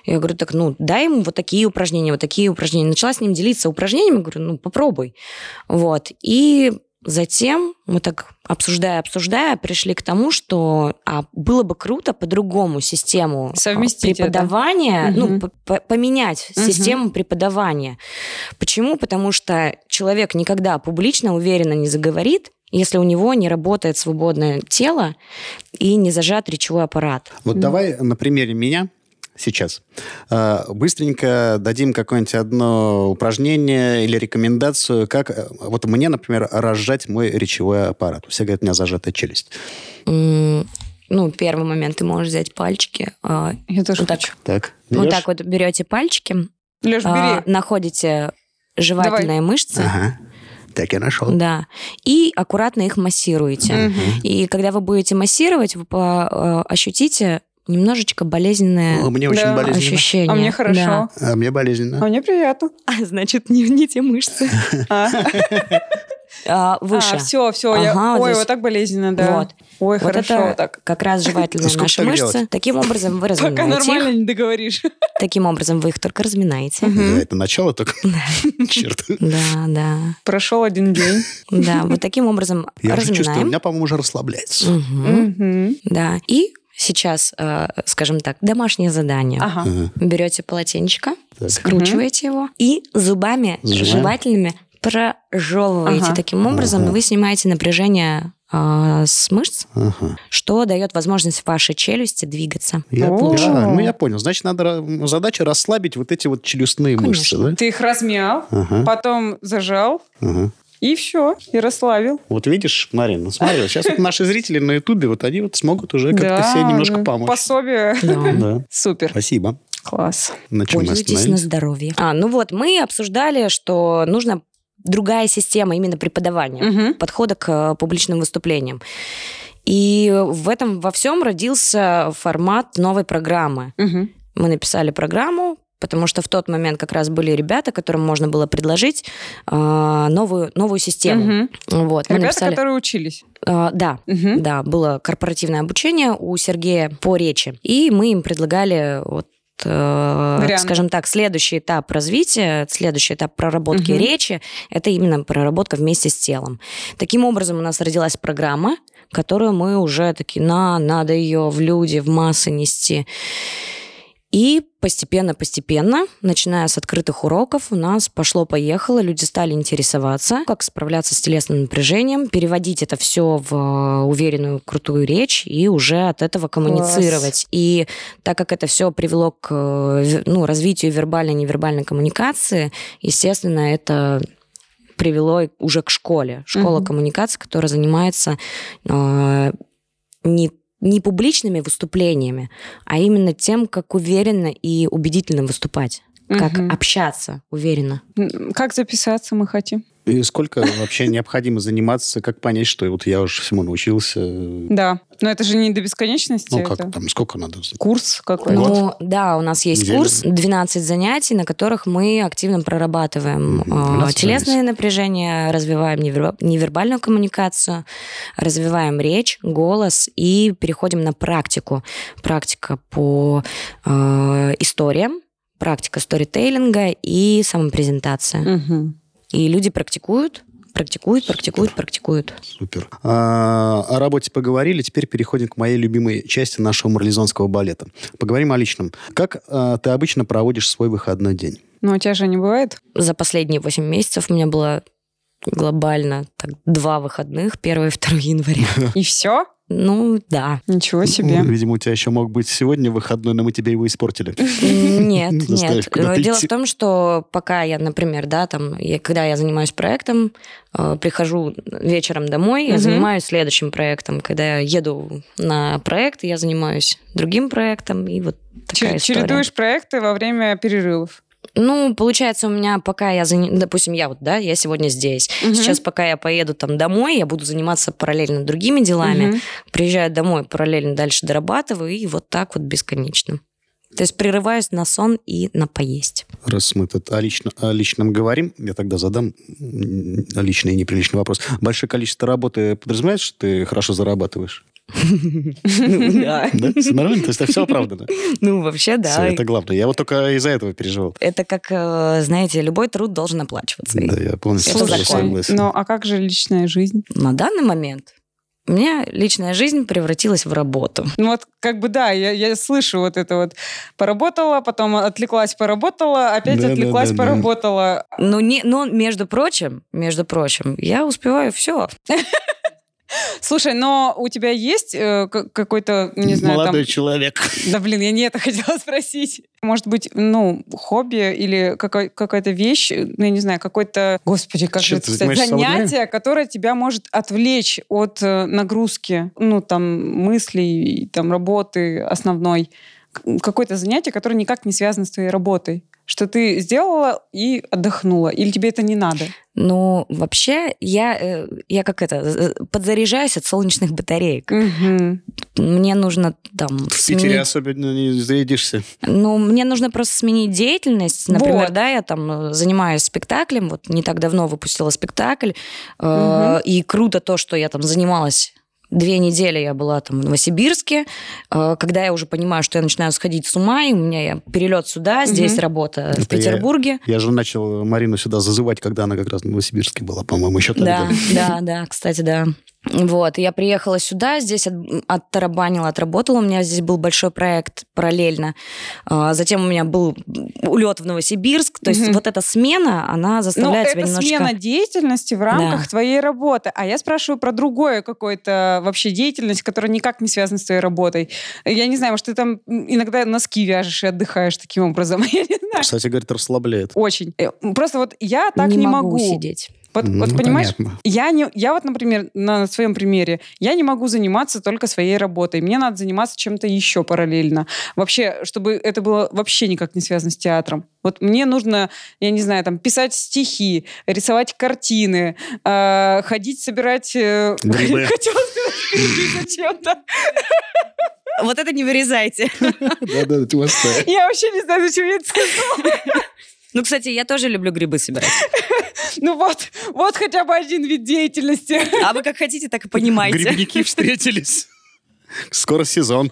Speaker 3: Я говорю, так, ну, дай ему вот такие упражнения, вот такие упражнения. Начала с ним делиться упражнениями, говорю, ну, попробуй. Вот. И затем мы так, обсуждая, обсуждая, пришли к тому, что а, было бы круто по-другому систему а,
Speaker 2: Совместить это.
Speaker 3: преподавания, ну,
Speaker 2: Мгм.
Speaker 3: по- по- поменять
Speaker 2: Мгм.
Speaker 3: систему преподавания. Почему? Потому что человек никогда публично, уверенно не заговорит, если у него не работает свободное тело и не зажат речевой аппарат.
Speaker 1: Вот
Speaker 2: Мгм.
Speaker 1: давай на примере меня сейчас. А, Быстренько дадим какое-нибудь одно упражнение или рекомендацию, как... э, Вот мне, например, разжать мой речевой аппарат. Все говорят, у меня зажатая челюсть.
Speaker 3: М, Ну, первый момент, ты можешь взять пальчики. а,
Speaker 2: Я тоже
Speaker 3: вот так,
Speaker 2: хочу.
Speaker 1: Так,
Speaker 3: вот
Speaker 1: берешь?
Speaker 3: так вот берете пальчики,
Speaker 2: Леш,
Speaker 3: а,
Speaker 2: бери.
Speaker 3: находите жевательные мышцы,
Speaker 1: Ага. Так я нашел.
Speaker 3: да, и аккуратно их массируете.
Speaker 2: Мгм.
Speaker 3: И когда вы будете массировать, вы по- э, ощутите
Speaker 1: О,
Speaker 3: немножечко болезненное
Speaker 1: Мне
Speaker 2: Э, Да.
Speaker 1: очень болезненно.
Speaker 3: ощущение.
Speaker 2: А мне хорошо.
Speaker 1: А мне
Speaker 2: А
Speaker 1: болезненно.
Speaker 2: мне приятно.
Speaker 3: Да. Значит, не, не те мышцы.
Speaker 2: А.
Speaker 3: А, выше.
Speaker 2: все, все.
Speaker 3: Ага, вот
Speaker 2: Ой,
Speaker 3: здесь.
Speaker 2: вот так болезненно, да.
Speaker 3: Вот.
Speaker 2: Ой,
Speaker 3: Вот
Speaker 2: хорошо
Speaker 3: это
Speaker 2: вот так.
Speaker 3: как раз жевательные
Speaker 1: Сколько
Speaker 3: наши
Speaker 1: так
Speaker 3: мышцы.
Speaker 1: делать?
Speaker 3: Таким образом вы
Speaker 2: Пока
Speaker 3: разминаете их.
Speaker 2: нормально не договоришь.
Speaker 3: Таким образом вы их только разминаете.
Speaker 1: Да,
Speaker 2: Мгм.
Speaker 1: это начало только. Черт.
Speaker 3: Да, да,
Speaker 2: Прошел один день.
Speaker 3: да. Вот таким образом
Speaker 1: Я уже чувствую, у
Speaker 3: разминаем.
Speaker 1: меня, по-моему, уже расслабляется.
Speaker 3: Мгм.
Speaker 2: Мгм.
Speaker 3: Да. И сейчас, э, скажем так, домашнее задание.
Speaker 2: Ага.
Speaker 1: Ага.
Speaker 3: Берете полотенечко,
Speaker 1: Так.
Speaker 3: скручиваете его и зубами
Speaker 1: Сжимаем.
Speaker 3: жевательными прожевываете.
Speaker 2: Ага.
Speaker 3: Таким образом
Speaker 1: Ага.
Speaker 3: вы снимаете напряжение э, с мышц,
Speaker 1: Ага.
Speaker 3: что дает возможность вашей челюсти двигаться.
Speaker 1: Я,
Speaker 2: О.
Speaker 1: понял. Да, ну, я понял. Значит, надо ра- задача расслабить вот эти вот челюстные
Speaker 3: Конечно.
Speaker 1: мышцы,
Speaker 2: Ты их размял,
Speaker 1: да? Ага,
Speaker 2: потом зажал,
Speaker 1: ага.
Speaker 2: и все, и расслабил.
Speaker 1: Вот видишь, Марин, ну смотри, вот сейчас вот наши зрители на Ютубе, вот они вот смогут уже как-то
Speaker 2: Да, ну,
Speaker 1: себе немножко
Speaker 2: да.
Speaker 1: помочь.
Speaker 2: Пособие.
Speaker 3: Да.
Speaker 1: Да.
Speaker 2: Супер.
Speaker 1: Спасибо.
Speaker 2: Класс.
Speaker 1: На чем мы
Speaker 3: Пользуйтесь на
Speaker 1: остановились?
Speaker 3: здоровье. А, ну вот, мы обсуждали, что нужно другая система именно преподавания,
Speaker 2: Мгм.
Speaker 3: подхода к э, публичным выступлениям. И в этом во всем родился формат новой программы.
Speaker 2: Мгм.
Speaker 3: мы написали программу, потому что в тот момент как раз были ребята, которым можно было предложить э, новую, новую систему.
Speaker 2: Мгм.
Speaker 3: Вот, мы
Speaker 2: Ребята,
Speaker 3: написали...
Speaker 2: которые учились.
Speaker 3: э, да,
Speaker 2: Мгм.
Speaker 3: да, было корпоративное обучение у Сергея по речи, и мы им предлагали вот э, скажем так, следующий этап развития, следующий этап проработки
Speaker 2: Мгм.
Speaker 3: речи, это именно проработка вместе с телом. Таким образом у нас родилась программа, которую мы уже такие, на, надо ее в люди, в массы нести. И постепенно-постепенно, начиная с открытых уроков, у нас пошло-поехало, люди стали интересоваться, как справляться с телесным напряжением, переводить это все в э, уверенную, крутую речь и уже от этого коммуницировать. И так как это все привело к э, ве- ну, развитию вербальной и невербальной коммуникации, естественно, это привело и уже к школе. Школа
Speaker 2: Мгм.
Speaker 3: коммуникации, которая занимается э, не не публичными выступлениями, а именно тем, как уверенно и убедительно выступать, как
Speaker 2: Мгм.
Speaker 3: общаться уверенно.
Speaker 2: М, Как записаться мы хотим?
Speaker 1: И сколько вообще необходимо заниматься, как понять, что вот я уже всему научился? Ну,
Speaker 2: Да. Но это же не до бесконечности. это
Speaker 1: как там, сколько надо?
Speaker 2: Курс какой-то.
Speaker 1: Год?
Speaker 3: Ну, да, у нас есть
Speaker 1: Неделю?
Speaker 3: курс 12 занятий, на которых мы активно прорабатываем
Speaker 1: Мгм.
Speaker 3: э,
Speaker 1: 12
Speaker 3: телесные напряжения, развиваем невер- невербальную коммуникацию, развиваем речь, голос и переходим на практику. Практика по э, историям, практика сторитейлинга и самопрезентация.
Speaker 2: Мгм.
Speaker 3: И люди практикуют, практикуют, практикуют, практикуют.
Speaker 1: Супер. А, о работе поговорили, теперь переходим к моей любимой части нашего марлезонского балета. Поговорим о личном. Как а, ты обычно проводишь свой выходной день?
Speaker 2: Ну, у тебя же не бывает?
Speaker 3: За последние 8 месяцев у меня было глобально так, два выходных, 1 и 2 января.
Speaker 2: И все?
Speaker 3: Ну, да.
Speaker 2: Ничего
Speaker 1: Ну,
Speaker 2: себе.
Speaker 1: Видимо, у тебя еще мог быть сегодня выходной, но мы тебе его испортили. Не
Speaker 3: Нет,
Speaker 1: знаешь,
Speaker 3: нет.
Speaker 1: куда
Speaker 3: Э, Дело
Speaker 1: идти.
Speaker 3: в том, что пока я, например, да, там, я- когда я занимаюсь проектом, э, прихожу вечером домой, я
Speaker 2: Мгм.
Speaker 3: занимаюсь следующим проектом. Когда я еду на проект, я занимаюсь другим проектом, и вот такая
Speaker 2: Чер-
Speaker 3: история.
Speaker 2: Чередуешь проекты во время перерывов.
Speaker 3: Ну, получается, у меня пока я, зан- допустим, я вот, да, я сегодня здесь.
Speaker 2: Мгм.
Speaker 3: Сейчас, пока я поеду там домой, я буду заниматься параллельно другими делами.
Speaker 2: Мгм.
Speaker 3: Приезжаю домой, параллельно дальше дорабатываю, и вот так вот бесконечно. То есть прерываюсь на сон и на поесть.
Speaker 1: Раз мы тут о, лично, о личном говорим, я тогда задам м, личный и неприличный вопрос. Большое количество работы подразумевает, что ты хорошо зарабатываешь?
Speaker 3: Ну, Да.
Speaker 1: Да? Все нормально? То есть это все оправдано?
Speaker 3: Ну, вообще,
Speaker 1: Все,
Speaker 3: да.
Speaker 1: это главное. Я вот только из-за этого переживал.
Speaker 3: Это как, э, знаете, любой труд должен оплачиваться. И
Speaker 1: Да, я полностью с
Speaker 3: Это
Speaker 1: тобой
Speaker 3: закон.
Speaker 1: согласен.
Speaker 2: ну а как же личная жизнь?
Speaker 3: На данный момент у меня личная жизнь превратилась в работу.
Speaker 2: Ну вот как бы да, я, я слышу вот это вот. Поработала, потом отвлеклась, поработала, опять
Speaker 1: Да, да,
Speaker 2: отвлеклась,
Speaker 1: да, да.
Speaker 3: Ну,
Speaker 2: поработала.
Speaker 3: Но, не, но между прочим, между прочим, я успеваю все.
Speaker 2: Слушай, но у тебя есть э, к- какой-то, не знаю, там...
Speaker 4: Молодой человек.
Speaker 2: Да, блин, я не это хотела спросить. Может быть, ну, хобби или какой- какая-то вещь, ну, я не знаю, какой-то, господи, как же
Speaker 4: Чем
Speaker 2: это
Speaker 4: ты
Speaker 2: сказать,
Speaker 4: занимаешься
Speaker 2: занятие, которое тебя может отвлечь от э, нагрузки, ну, там, мыслей, там, работы основной. К- Какое-то занятие, которое никак не связано с твоей работой. Что ты сделала и отдохнула. Или тебе это не надо?
Speaker 3: Ну, вообще, я, э, я как это, э, подзаряжаюсь от солнечных батареек.
Speaker 2: Мгм.
Speaker 3: Мне нужно там
Speaker 4: В Питере
Speaker 3: сменить...
Speaker 4: особенно не зарядишься.
Speaker 3: Ну, мне нужно просто сменить деятельность. Например,
Speaker 2: Вот.
Speaker 3: да, я там э, занимаюсь спектаклем. Вот не так давно выпустила спектакль. Э, И круто то, что я там занималась Две недели я была там в Новосибирске, Э, когда я уже понимаю, что я начинаю сходить с ума, и у меня я- перелет сюда, здесь
Speaker 2: Мгм.
Speaker 3: работа
Speaker 4: Это я-
Speaker 3: в Петербурге.
Speaker 4: Я же начал Марину сюда зазывать, когда она как раз в Новосибирске была, по-моему, еще
Speaker 3: Да,
Speaker 4: тогда.
Speaker 3: да, да, кстати, да. Вот, и я приехала сюда, здесь от, оттарабанила, отработала. У меня здесь был большой проект параллельно. А, затем у меня был улет в Новосибирск. То есть
Speaker 2: Мгм.
Speaker 3: вот эта смена, она
Speaker 2: Ну,
Speaker 3: заставляет
Speaker 2: это
Speaker 3: тебя немножечко...
Speaker 2: смена деятельности в рамках
Speaker 3: Да.
Speaker 2: твоей работы. А я спрашиваю про другое какое-то вообще деятельность, которая никак не связана с твоей работой. Я не знаю, может, ты там м, иногда носки вяжешь и отдыхаешь таким образом. Я не знаю.
Speaker 4: Кстати, говорит, расслабляет.
Speaker 2: Очень. Э, Просто вот я так не,
Speaker 3: могу, сидеть.
Speaker 2: Вот,
Speaker 4: Ну,
Speaker 2: вот понимаешь,
Speaker 4: понятно.
Speaker 2: я, не, я вот, например, на своем примере, я не могу заниматься только своей работой. Мне надо заниматься чем-то еще параллельно. Вообще, чтобы это было вообще никак не связано с театром. Вот мне нужно, я не знаю, там, писать стихи, рисовать картины, э, ходить, собирать... э,
Speaker 4: Грибы.
Speaker 2: Хотела сказать грибы зачем-то.
Speaker 3: Вот это не вырезайте.
Speaker 4: Да-да, ты вас знаешь.
Speaker 2: Я вообще не знаю, зачем я это сказала.
Speaker 3: Ну, кстати, я тоже люблю грибы собирать.
Speaker 2: Ну вот, вот хотя бы один вид деятельности.
Speaker 3: А вы как хотите, так и понимаете.
Speaker 4: Грибники встретились. Скоро сезон.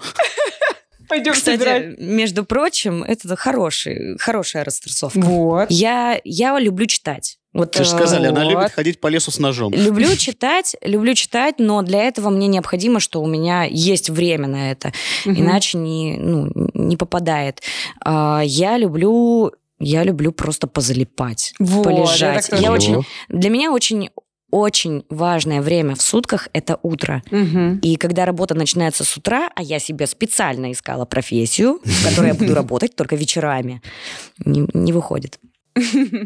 Speaker 2: Пойдем собирать.
Speaker 3: Кстати, между прочим, это хороший, хорошая растрясовка.
Speaker 2: Вот.
Speaker 3: Я, я люблю читать. Вот,
Speaker 4: Ты же
Speaker 3: э,
Speaker 4: сказали, она
Speaker 2: Вот.
Speaker 4: любит ходить по лесу с ножом.
Speaker 3: Люблю читать, люблю читать, но для этого мне необходимо, что у меня есть время на это,
Speaker 2: Мгм.
Speaker 3: иначе не, ну, не попадает. А, Я люблю, я люблю просто позалипать.
Speaker 2: Вот, я
Speaker 3: полежать.
Speaker 4: Ну,
Speaker 2: так тоже.
Speaker 3: Я очень- Для меня очень очень важное время в сутках – это утро.
Speaker 2: Мгм.
Speaker 3: И когда работа начинается с утра, а я себе специально искала профессию, в которой я буду работать только вечерами, не, не выходит.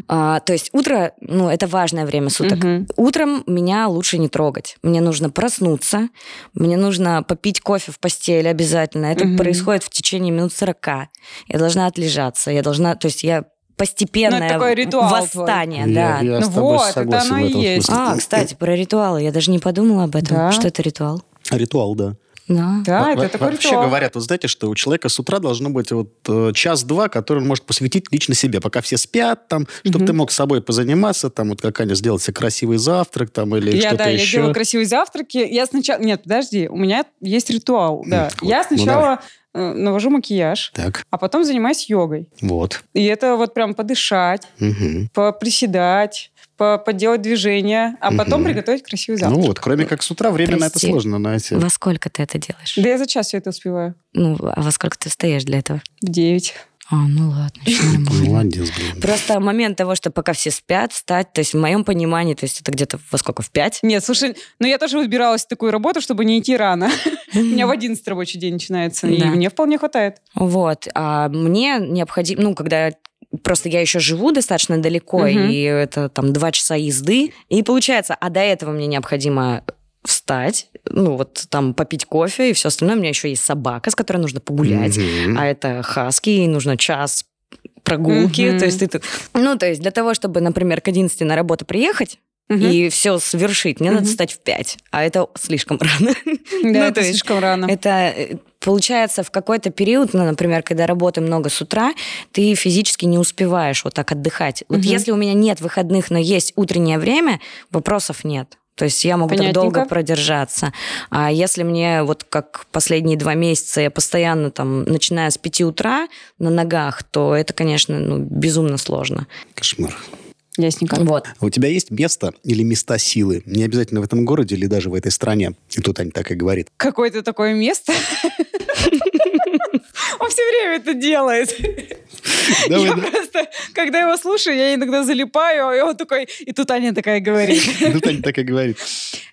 Speaker 3: А, то есть утро, ну, это важное время суток.
Speaker 2: Мгм.
Speaker 3: Утром меня лучше не трогать. Мне нужно проснуться, мне нужно попить кофе в постели обязательно. Это
Speaker 2: Мгм.
Speaker 3: происходит в течение минут 40. Я должна отлежаться, я должна... То есть я постепенное
Speaker 2: Ну, такой ритуал твой.
Speaker 3: восстание, да.
Speaker 4: Я- Я с
Speaker 2: Ну
Speaker 4: тобой
Speaker 2: вот, это
Speaker 4: согласен
Speaker 2: оно
Speaker 4: в
Speaker 2: и
Speaker 4: этом
Speaker 2: есть.
Speaker 4: смысле.
Speaker 3: А, кстати, про ритуалы. Я даже не подумала об этом.
Speaker 2: Да.
Speaker 3: Что это ритуал?
Speaker 2: А.
Speaker 4: Ритуал, да.
Speaker 3: Да.
Speaker 2: Да,
Speaker 4: Во-
Speaker 2: это
Speaker 4: во-
Speaker 2: такой
Speaker 4: Вообще
Speaker 2: ритуал.
Speaker 4: говорят, вот знаете, что у человека с утра должно быть вот э, час-два, который он может посвятить лично себе, пока все спят там, чтобы
Speaker 2: Мгм.
Speaker 4: ты мог с собой позаниматься, там вот как Аня сделать себе красивый завтрак там или
Speaker 2: Я,
Speaker 4: что-то
Speaker 2: да, я
Speaker 4: еще.
Speaker 2: делаю красивые завтраки. Я сначала... Нет, подожди, у меня есть ритуал, да.
Speaker 4: вот,
Speaker 2: я
Speaker 4: ну
Speaker 2: сначала э, навожу макияж,
Speaker 4: Так,
Speaker 2: а потом занимаюсь йогой.
Speaker 4: вот.
Speaker 2: И это вот прям подышать,
Speaker 4: Мгм.
Speaker 2: поприседать, по- поделать движения, а потом
Speaker 4: Мгм.
Speaker 2: приготовить красивый
Speaker 4: Ну
Speaker 2: завтрак. Ну,
Speaker 4: вот, кроме как с утра, временно это
Speaker 3: Прости.
Speaker 4: сложно найти.
Speaker 3: Во сколько ты это делаешь?
Speaker 2: Да я за час все это успеваю.
Speaker 3: Ну, а во сколько ты встаешь для этого?
Speaker 2: В девять.
Speaker 3: А, ну ладно, еще нормально.
Speaker 4: Молодец, блин.
Speaker 3: Просто момент того, что пока все спят, встать, то есть в моем понимании, то есть это где-то во сколько, в пять?
Speaker 2: Нет, слушай, ну я тоже выбиралась в такую работу, чтобы не идти рано. У меня в 11 рабочий день начинается, и
Speaker 3: Да.
Speaker 2: мне вполне хватает.
Speaker 3: Вот. А мне необходимо, ну, когда просто я еще живу достаточно далеко,
Speaker 2: Мгм.
Speaker 3: и это там два часа езды. И получается, а до этого мне необходимо встать, ну, вот там попить кофе и все остальное. У меня еще есть собака, с которой нужно погулять.
Speaker 4: Мгм.
Speaker 3: А это хаски, ей нужно час прогулки.
Speaker 2: Мгм.
Speaker 3: То есть ты... тут- Ну, то есть для того, чтобы, например, к 11 на работу приехать, и все совершить. Мне надо
Speaker 2: Мгм.
Speaker 3: встать в 5, а это слишком рано.
Speaker 2: Мгм. Да,
Speaker 3: ну,
Speaker 2: это
Speaker 3: то есть
Speaker 2: слишком рано.
Speaker 3: Это э, получается в какой-то период, ну, например, когда работы много с утра, ты физически не успеваешь вот так отдыхать. Вот
Speaker 2: Мгм.
Speaker 3: если у меня нет выходных, но есть утреннее время, вопросов нет. То есть я могу так
Speaker 2: Понятненько.
Speaker 3: долго продержаться. А если мне вот как последние два месяца я постоянно там, начиная с 5 утра на ногах, то это, конечно, ну, безумно сложно.
Speaker 4: Кошмар.
Speaker 2: Ясненько.
Speaker 3: Вот.
Speaker 4: А У тебя есть место или места силы? Не обязательно в этом городе или даже в этой стране. И тут Аня так и говорит.
Speaker 2: Какое-то такое место. Он все время это делает.
Speaker 1: Давай,
Speaker 2: я
Speaker 1: да.
Speaker 2: просто, когда его слушаю, я иногда залипаю, и он такой, и тут Аня такая говорит.
Speaker 1: Ну, Таня так и говорит.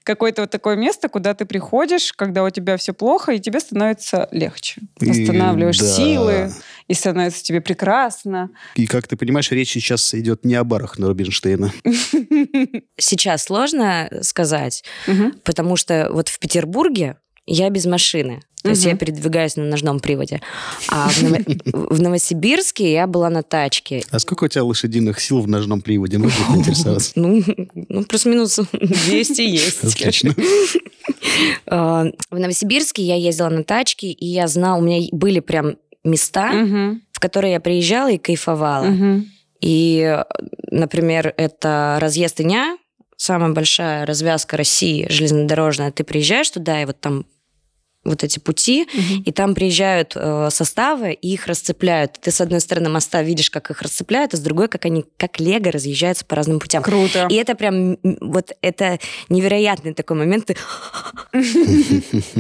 Speaker 2: Какое-то вот такое место, куда ты приходишь, когда у тебя все плохо, и тебе становится легче.
Speaker 1: И
Speaker 2: Восстанавливаешь
Speaker 1: да.
Speaker 2: силы, и становится тебе прекрасно.
Speaker 1: И как ты понимаешь, речь сейчас идет не о барах на Рубинштейна.
Speaker 3: Сейчас сложно сказать,
Speaker 2: Мгм.
Speaker 3: потому что вот в Петербурге я без машины. То есть
Speaker 2: Мгм.
Speaker 3: я передвигаюсь на ножном приводе. А в, Ново- в Новосибирске я была на тачке.
Speaker 1: А сколько у тебя лошадиных сил в ножном приводе? Можно поинтересоваться?
Speaker 3: Ну, ну плюс-минус 200 есть.
Speaker 1: Отлично.
Speaker 3: Э, В Новосибирске я ездила на тачке, и я знала, у меня и- были прям места,
Speaker 2: Мгм.
Speaker 3: в которые я приезжала и кайфовала.
Speaker 2: Мгм.
Speaker 3: И, э, например, это разъезд Иня, самая большая развязка России железнодорожная. Ты приезжаешь туда, и вот там вот эти пути,
Speaker 2: Мгм.
Speaker 3: и там приезжают э, составы, и их расцепляют. Ты с одной стороны моста видишь, как их расцепляют, а с другой, как они, как лего, разъезжаются по разным путям.
Speaker 2: Круто.
Speaker 3: И это прям, м, вот это невероятный такой момент. Ты...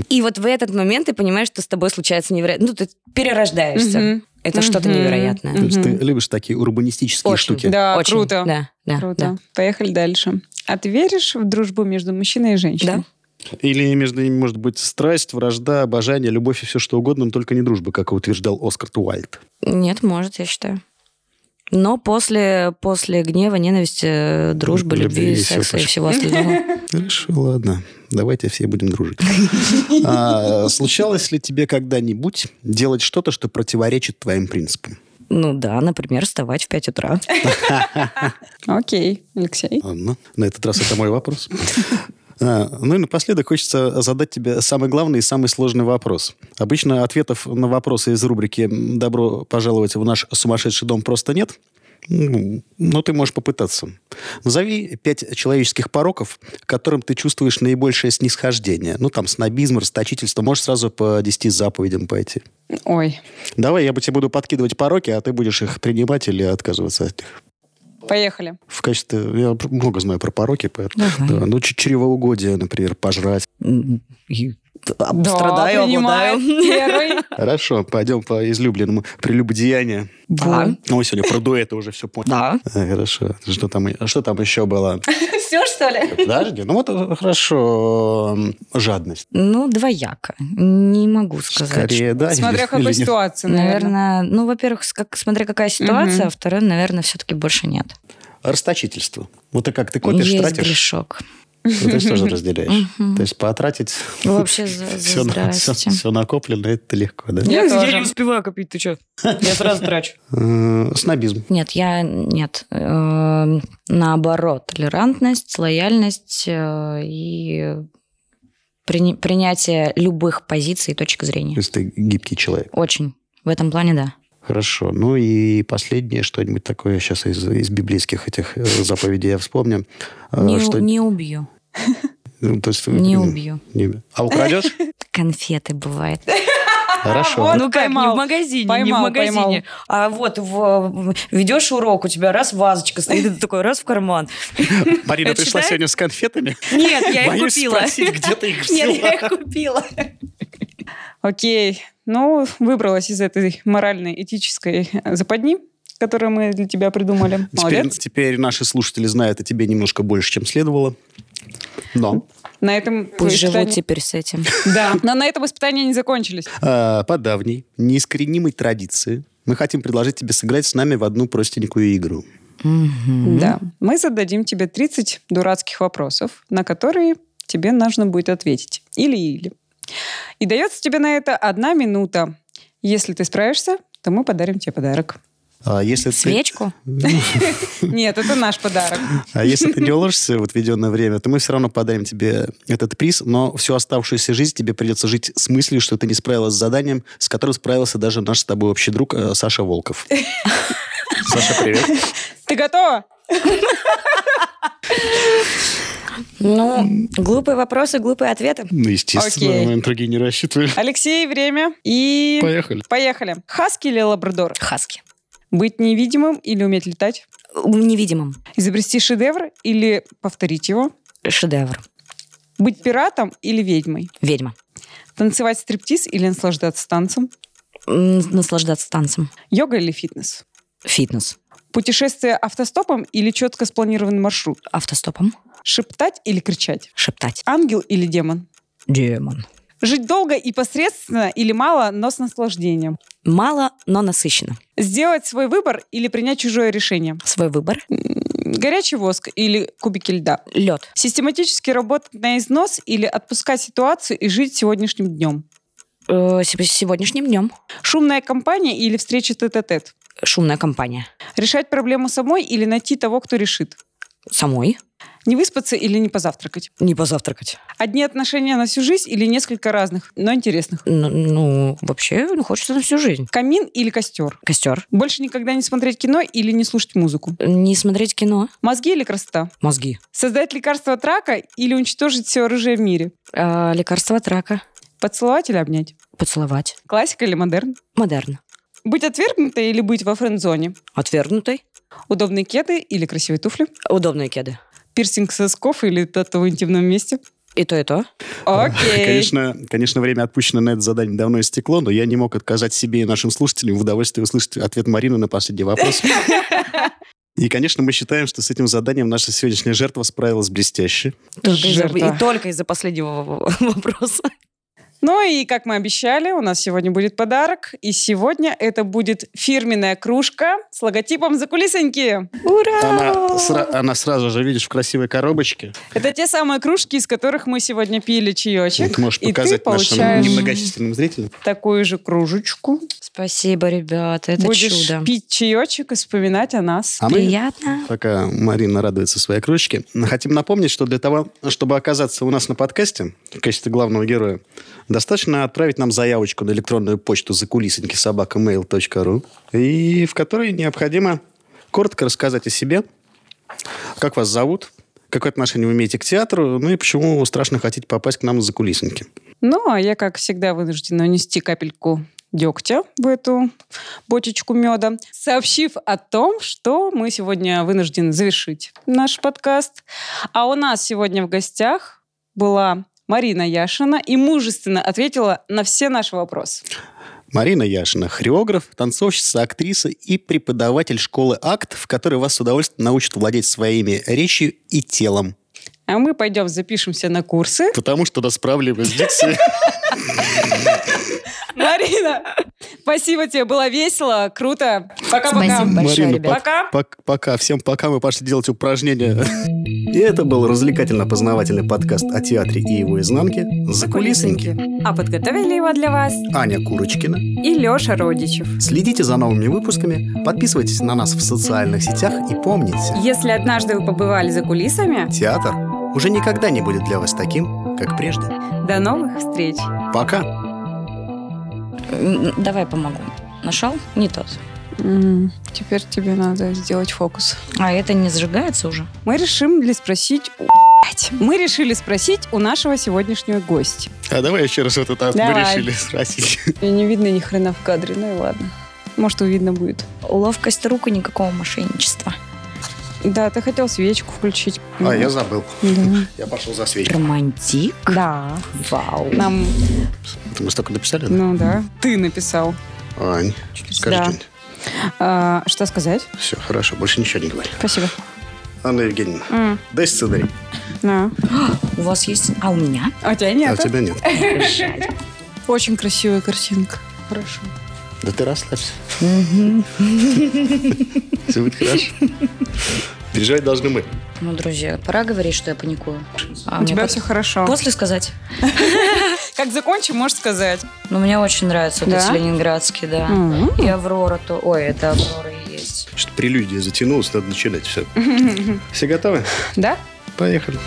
Speaker 3: И вот в этот момент ты понимаешь, что с тобой случается невероятно. Ну, ты перерождаешься.
Speaker 2: Мгм.
Speaker 3: Это что-то
Speaker 2: Мгм.
Speaker 3: невероятное.
Speaker 2: Мгм.
Speaker 1: То есть ты любишь такие урбанистические
Speaker 3: Очень,
Speaker 1: штуки?
Speaker 2: Да,
Speaker 3: Очень.
Speaker 2: круто.
Speaker 3: Да, да,
Speaker 2: Круто.
Speaker 3: да.
Speaker 2: Поехали дальше. А ты веришь в дружбу между мужчиной и женщиной?
Speaker 1: Или между ними может быть страсть, вражда, обожание, любовь и все что угодно, но только не дружба, как утверждал Оскар Туальд.
Speaker 3: Нет, может, я считаю. Но после, после гнева, ненависти, э, дружбы,
Speaker 1: Любви
Speaker 3: любви,
Speaker 1: и всего
Speaker 3: секса и
Speaker 1: прочего.
Speaker 3: всего остального.
Speaker 1: Хорошо, ладно. Давайте все будем дружить. А, случалось ли тебе когда-нибудь делать что-то, что противоречит твоим принципам?
Speaker 3: Ну да, например, вставать в 5 утра.
Speaker 2: Окей, Алексей.
Speaker 1: Анна, на этот раз это мой вопрос. А, ну и напоследок хочется задать тебе самый главный и самый сложный вопрос. Обычно ответов на вопросы из рубрики «Добро пожаловать в наш сумасшедший дом» просто нет. Ну, Но ты можешь попытаться. Назови пять человеческих пороков, к которым ты чувствуешь наибольшее снисхождение. Ну, там, снобизм, расточительство. Можешь сразу по десяти заповедям пойти.
Speaker 2: Ой,
Speaker 1: Давай, я бы тебе буду подкидывать пороки, а ты будешь их принимать или отказываться от них.
Speaker 2: поехали.
Speaker 1: В качестве... Я пр- много знаю про пороки, поэтому...
Speaker 3: Давай.
Speaker 1: Да, ну, ч- чревоугодие, например, пожрать.
Speaker 3: Страдаю,
Speaker 2: да, принимаю.
Speaker 3: обладаю.
Speaker 2: Первый.
Speaker 1: Хорошо, пойдем по излюбленному. Прелюбодеяние.
Speaker 3: Да,
Speaker 1: Ну, мы сегодня про дуэты уже все понял.
Speaker 3: да.
Speaker 1: А, Хорошо. Что там, и- что там еще было?
Speaker 3: Все, что ли?
Speaker 1: Подожди, ну вот э, хорошо. м, Жадность.
Speaker 3: Ну, двояко. Не могу сказать.
Speaker 1: Скорее, да? или-
Speaker 2: Смотря
Speaker 1: или
Speaker 2: какой
Speaker 1: нет?
Speaker 2: ситуации, наверное.
Speaker 3: Наверное, ну, во-первых, с- как, смотря какая ситуация,
Speaker 2: Мгм.
Speaker 3: а второе, наверное, все-таки больше нет.
Speaker 1: Расточительство. Вот ты как, ты копишь,
Speaker 3: Есть
Speaker 1: тратишь,
Speaker 3: грешок.
Speaker 1: ну, ты же тоже разделяешь.
Speaker 3: Мгм. Ну,
Speaker 1: То есть потратить
Speaker 3: Вообще, за, за
Speaker 1: все,
Speaker 3: здрасте.
Speaker 1: накоплено, это легко, да?
Speaker 2: Я тоже.
Speaker 3: успеваю копить, ты что? Я сразу трачу.
Speaker 1: Э, Снобизм.
Speaker 3: Нет, я нет. Эм, Наоборот, толерантность, лояльность э, и прини- принятие любых позиций и точек
Speaker 1: То
Speaker 3: зрения.
Speaker 1: есть ты гибкий человек.
Speaker 3: Очень. В этом плане, да.
Speaker 1: Хорошо. Ну и последнее что-нибудь такое сейчас из, из библейских этих э, заповедей я вспомню. Э,
Speaker 3: Не, у-
Speaker 1: что-
Speaker 3: не убью.
Speaker 1: ну, то есть,
Speaker 3: Не
Speaker 1: м,
Speaker 3: убью.
Speaker 1: не- А украдешь?
Speaker 3: Конфеты бывает.
Speaker 1: Хорошо.
Speaker 2: вот.
Speaker 1: Ну,
Speaker 3: Ну как, не
Speaker 2: поймал.
Speaker 3: в магазине, не
Speaker 2: Поймал,
Speaker 3: в магазине. А вот в- ведешь урок, у тебя раз вазочка стоит, и ты такой раз в карман.
Speaker 1: Марина
Speaker 3: это
Speaker 1: пришла
Speaker 3: считается?
Speaker 1: сегодня с конфетами.
Speaker 3: Нет, я их
Speaker 1: Боюсь
Speaker 3: купила.
Speaker 1: спросить, где ты их
Speaker 3: Нет, я их
Speaker 1: взяла.
Speaker 3: купила.
Speaker 2: Окей. Ну, выбралась из этой моральной, этической западни, которую мы для тебя придумали.
Speaker 1: Теперь,
Speaker 2: Молодец.
Speaker 1: теперь наши слушатели знают о тебе немножко больше, чем следовало. Но
Speaker 2: На этом
Speaker 3: Пусть живут
Speaker 2: испытания-
Speaker 3: теперь с этим.
Speaker 2: Да, но на этом испытания не закончились.
Speaker 1: э, по давней, неискоренимой традиции мы хотим предложить тебе сыграть с нами в одну простенькую игру.
Speaker 2: Да. Мы зададим тебе 30 дурацких вопросов, на которые тебе нужно будет ответить. Или-или. И дается тебе на это одна минута. Если ты справишься, то мы подарим тебе подарок.
Speaker 1: А если ты-
Speaker 3: Свечку?
Speaker 2: Нет, это наш подарок.
Speaker 1: А если ты не уложишься в отведенное время, то мы все равно подарим тебе этот приз, но всю оставшуюся жизнь тебе придется жить с мыслью, что ты не справилась с заданием, с которым справился даже наш с тобой общий друг э, Саша Волков. Саша, привет.
Speaker 2: Ты готова?
Speaker 3: Ну, глупые вопросы, глупые ответы.
Speaker 1: Ну,
Speaker 2: Окей.
Speaker 1: естественно, мы на другие не рассчитывали.
Speaker 2: Алексей, время. И
Speaker 1: Поехали.
Speaker 2: поехали. Хаски или лабрадор?
Speaker 3: Хаски.
Speaker 2: Быть невидимым или уметь летать?
Speaker 3: Невидимым.
Speaker 2: Изобрести шедевр или повторить его?
Speaker 3: Шедевр.
Speaker 2: Быть пиратом или ведьмой?
Speaker 3: Ведьма.
Speaker 2: Танцевать стриптиз или наслаждаться танцем?
Speaker 3: м, наслаждаться танцем.
Speaker 2: Йога или фитнес?
Speaker 3: Фитнес.
Speaker 2: Путешествие автостопом или четко спланированный маршрут?
Speaker 3: Автостопом.
Speaker 2: Шептать или кричать?
Speaker 3: Шептать.
Speaker 2: Ангел или демон?
Speaker 3: Демон.
Speaker 2: Жить долго и посредственно или мало, но с наслаждением?
Speaker 3: Мало, но насыщенно.
Speaker 2: Сделать свой выбор или принять чужое решение?
Speaker 3: Свой выбор.
Speaker 2: М, Горячий воск или кубики льда?
Speaker 3: Лед.
Speaker 2: Систематически работать на износ или отпускать ситуацию и жить сегодняшним днем?
Speaker 3: Э, се- сегодняшним днем.
Speaker 2: Шумная компания или встреча тет-а-тет?
Speaker 3: Шумная компания.
Speaker 2: Решать проблему самой или найти того, кто решит?
Speaker 3: Самой.
Speaker 2: Не выспаться или не позавтракать?
Speaker 3: Не позавтракать.
Speaker 2: Одни отношения на всю жизнь или несколько разных, но интересных?
Speaker 3: Ну, ну, вообще, ну, хочется на всю жизнь.
Speaker 2: Камин или костер?
Speaker 3: Костер.
Speaker 2: Больше никогда не смотреть кино или не слушать музыку?
Speaker 3: Не смотреть кино.
Speaker 2: Мозги или красота?
Speaker 3: Мозги.
Speaker 2: Создать лекарство от рака или уничтожить все оружие в мире?
Speaker 3: А, лекарство от рака.
Speaker 2: Поцеловать или обнять?
Speaker 3: Поцеловать.
Speaker 2: Классика или модерн?
Speaker 3: Модерн.
Speaker 2: Быть отвергнутой или быть во френд-зоне?
Speaker 3: Отвергнутой.
Speaker 2: Удобные кеды или красивые туфли?
Speaker 3: Удобные кеды.
Speaker 2: Пирсинг сосков или тату в интимном месте?
Speaker 3: И то, и то.
Speaker 2: Окей.
Speaker 1: Конечно, конечно, время, отпущенное на это задание, давно истекло, но я не мог отказать себе и нашим слушателям в удовольствии услышать ответ Марины на последний вопрос. И, конечно, мы считаем, что с этим заданием наша сегодняшняя жертва справилась блестяще.
Speaker 3: Только из-за-
Speaker 2: Жертва.
Speaker 3: и только из-за последнего в- вопроса.
Speaker 2: Ну и, как мы обещали, у нас сегодня будет подарок. И сегодня это будет фирменная кружка с логотипом «Закулисоньки».
Speaker 1: Она, сра- она сразу же, видишь, в красивой коробочке.
Speaker 2: Это те самые кружки, из которых мы сегодня пили чаечек.
Speaker 1: Ты можешь
Speaker 2: И ты
Speaker 1: показать нашим
Speaker 2: получаешь-
Speaker 1: немногочисленным зрителям.
Speaker 2: Такую же кружечку.
Speaker 3: Спасибо, ребята, это
Speaker 2: Будешь
Speaker 3: чудо.
Speaker 2: пить чаечек и вспоминать о нас.
Speaker 1: А мы,
Speaker 3: Приятно.
Speaker 1: пока Марина радуется своей кружке, хотим напомнить, что для того, чтобы оказаться у нас на подкасте в качестве главного героя, достаточно отправить нам заявочку на электронную почту за и в которой необходимо коротко рассказать о себе, как вас зовут, какое отношение вы имеете к театру, ну и почему страшно хотите попасть к нам за кулисеньки.
Speaker 2: Ну, а я, как всегда, вынуждена унести капельку дегтя в эту бочечку меда, сообщив о том, что мы сегодня вынуждены завершить наш подкаст. А у нас сегодня в гостях была Марина Яшина и мужественно ответила на все наши вопросы.
Speaker 1: Марина Яшина – хореограф, танцовщица, актриса и преподаватель школы «Акт», в которой вас с удовольствием научат владеть своими речью и телом.
Speaker 2: А мы пойдем запишемся на курсы.
Speaker 1: Потому что нас справлялись дикцией.
Speaker 2: Марина, спасибо тебе, было весело, круто. Пока-пока.
Speaker 3: Спасибо большое,
Speaker 1: Марина,
Speaker 3: ребят.
Speaker 2: Пока.
Speaker 1: Пок- Пока. Всем пока. Мы пошли делать упражнения.
Speaker 5: И это был развлекательно-познавательный подкаст о театре и его изнанке «За кулисоньки».
Speaker 2: А подготовили его для вас
Speaker 5: Аня Курочкина.
Speaker 2: и Леша Родичев.
Speaker 5: Следите за новыми выпусками, подписывайтесь на нас в социальных сетях и помните,
Speaker 2: Если однажды вы побывали за кулисами,
Speaker 5: театр уже никогда не будет для вас таким, как прежде.
Speaker 2: до новых встреч!
Speaker 5: Пока!
Speaker 3: М, Давай помогу. Нашел? Не тот.
Speaker 2: Теперь тебе надо сделать фокус.
Speaker 3: А это не зажигается уже?
Speaker 2: Мы решим ли спросить... у- Блядь. Мы решили спросить у нашего сегодняшнего гостя.
Speaker 1: А давай еще раз вот это мы
Speaker 2: Давай.
Speaker 1: решили спросить.
Speaker 2: И не видно ни хрена в кадре, ну и ладно. Может, увидно будет.
Speaker 3: Ловкость рук и никакого мошенничества.
Speaker 2: Да, ты хотел свечку включить.
Speaker 1: А, я забыл.
Speaker 2: Да.
Speaker 1: Я пошел за свечку.
Speaker 3: Романтик?
Speaker 2: Да.
Speaker 3: Вау.
Speaker 2: Нам,
Speaker 1: Это мы столько написали? А, да?
Speaker 2: ну да, ты написал.
Speaker 1: Ань, скажи
Speaker 2: Да.
Speaker 1: что-нибудь.
Speaker 2: А, что сказать?
Speaker 1: Все, хорошо. Больше ничего не говори.
Speaker 2: Спасибо.
Speaker 1: Анна Евгеньевна,
Speaker 2: М,
Speaker 1: дай сценарий.
Speaker 2: да.
Speaker 3: У вас есть... А у меня?
Speaker 2: А у тебя
Speaker 1: А
Speaker 2: нет?
Speaker 1: у тебя нет.
Speaker 3: Жаль.
Speaker 2: Очень красивая картинка. Хорошо.
Speaker 1: Да ты расслабься.
Speaker 3: Мгм.
Speaker 1: Все будет хорошо. Переживать должны мы.
Speaker 3: Ну, друзья, пора говорить, что я паникую. А
Speaker 2: у
Speaker 3: мне
Speaker 2: тебя
Speaker 3: пот-
Speaker 2: все хорошо.
Speaker 3: После сказать?
Speaker 2: Как закончим, можешь сказать.
Speaker 3: Ну, мне очень нравится вот
Speaker 2: Да?
Speaker 3: эти ленинградские, да.
Speaker 2: Мгм.
Speaker 3: И Аврора, то... Ой, это Аврора и есть.
Speaker 1: Что-то прелюдия затянулась, надо начинать все. Все готовы?
Speaker 2: Да?
Speaker 1: Поехали.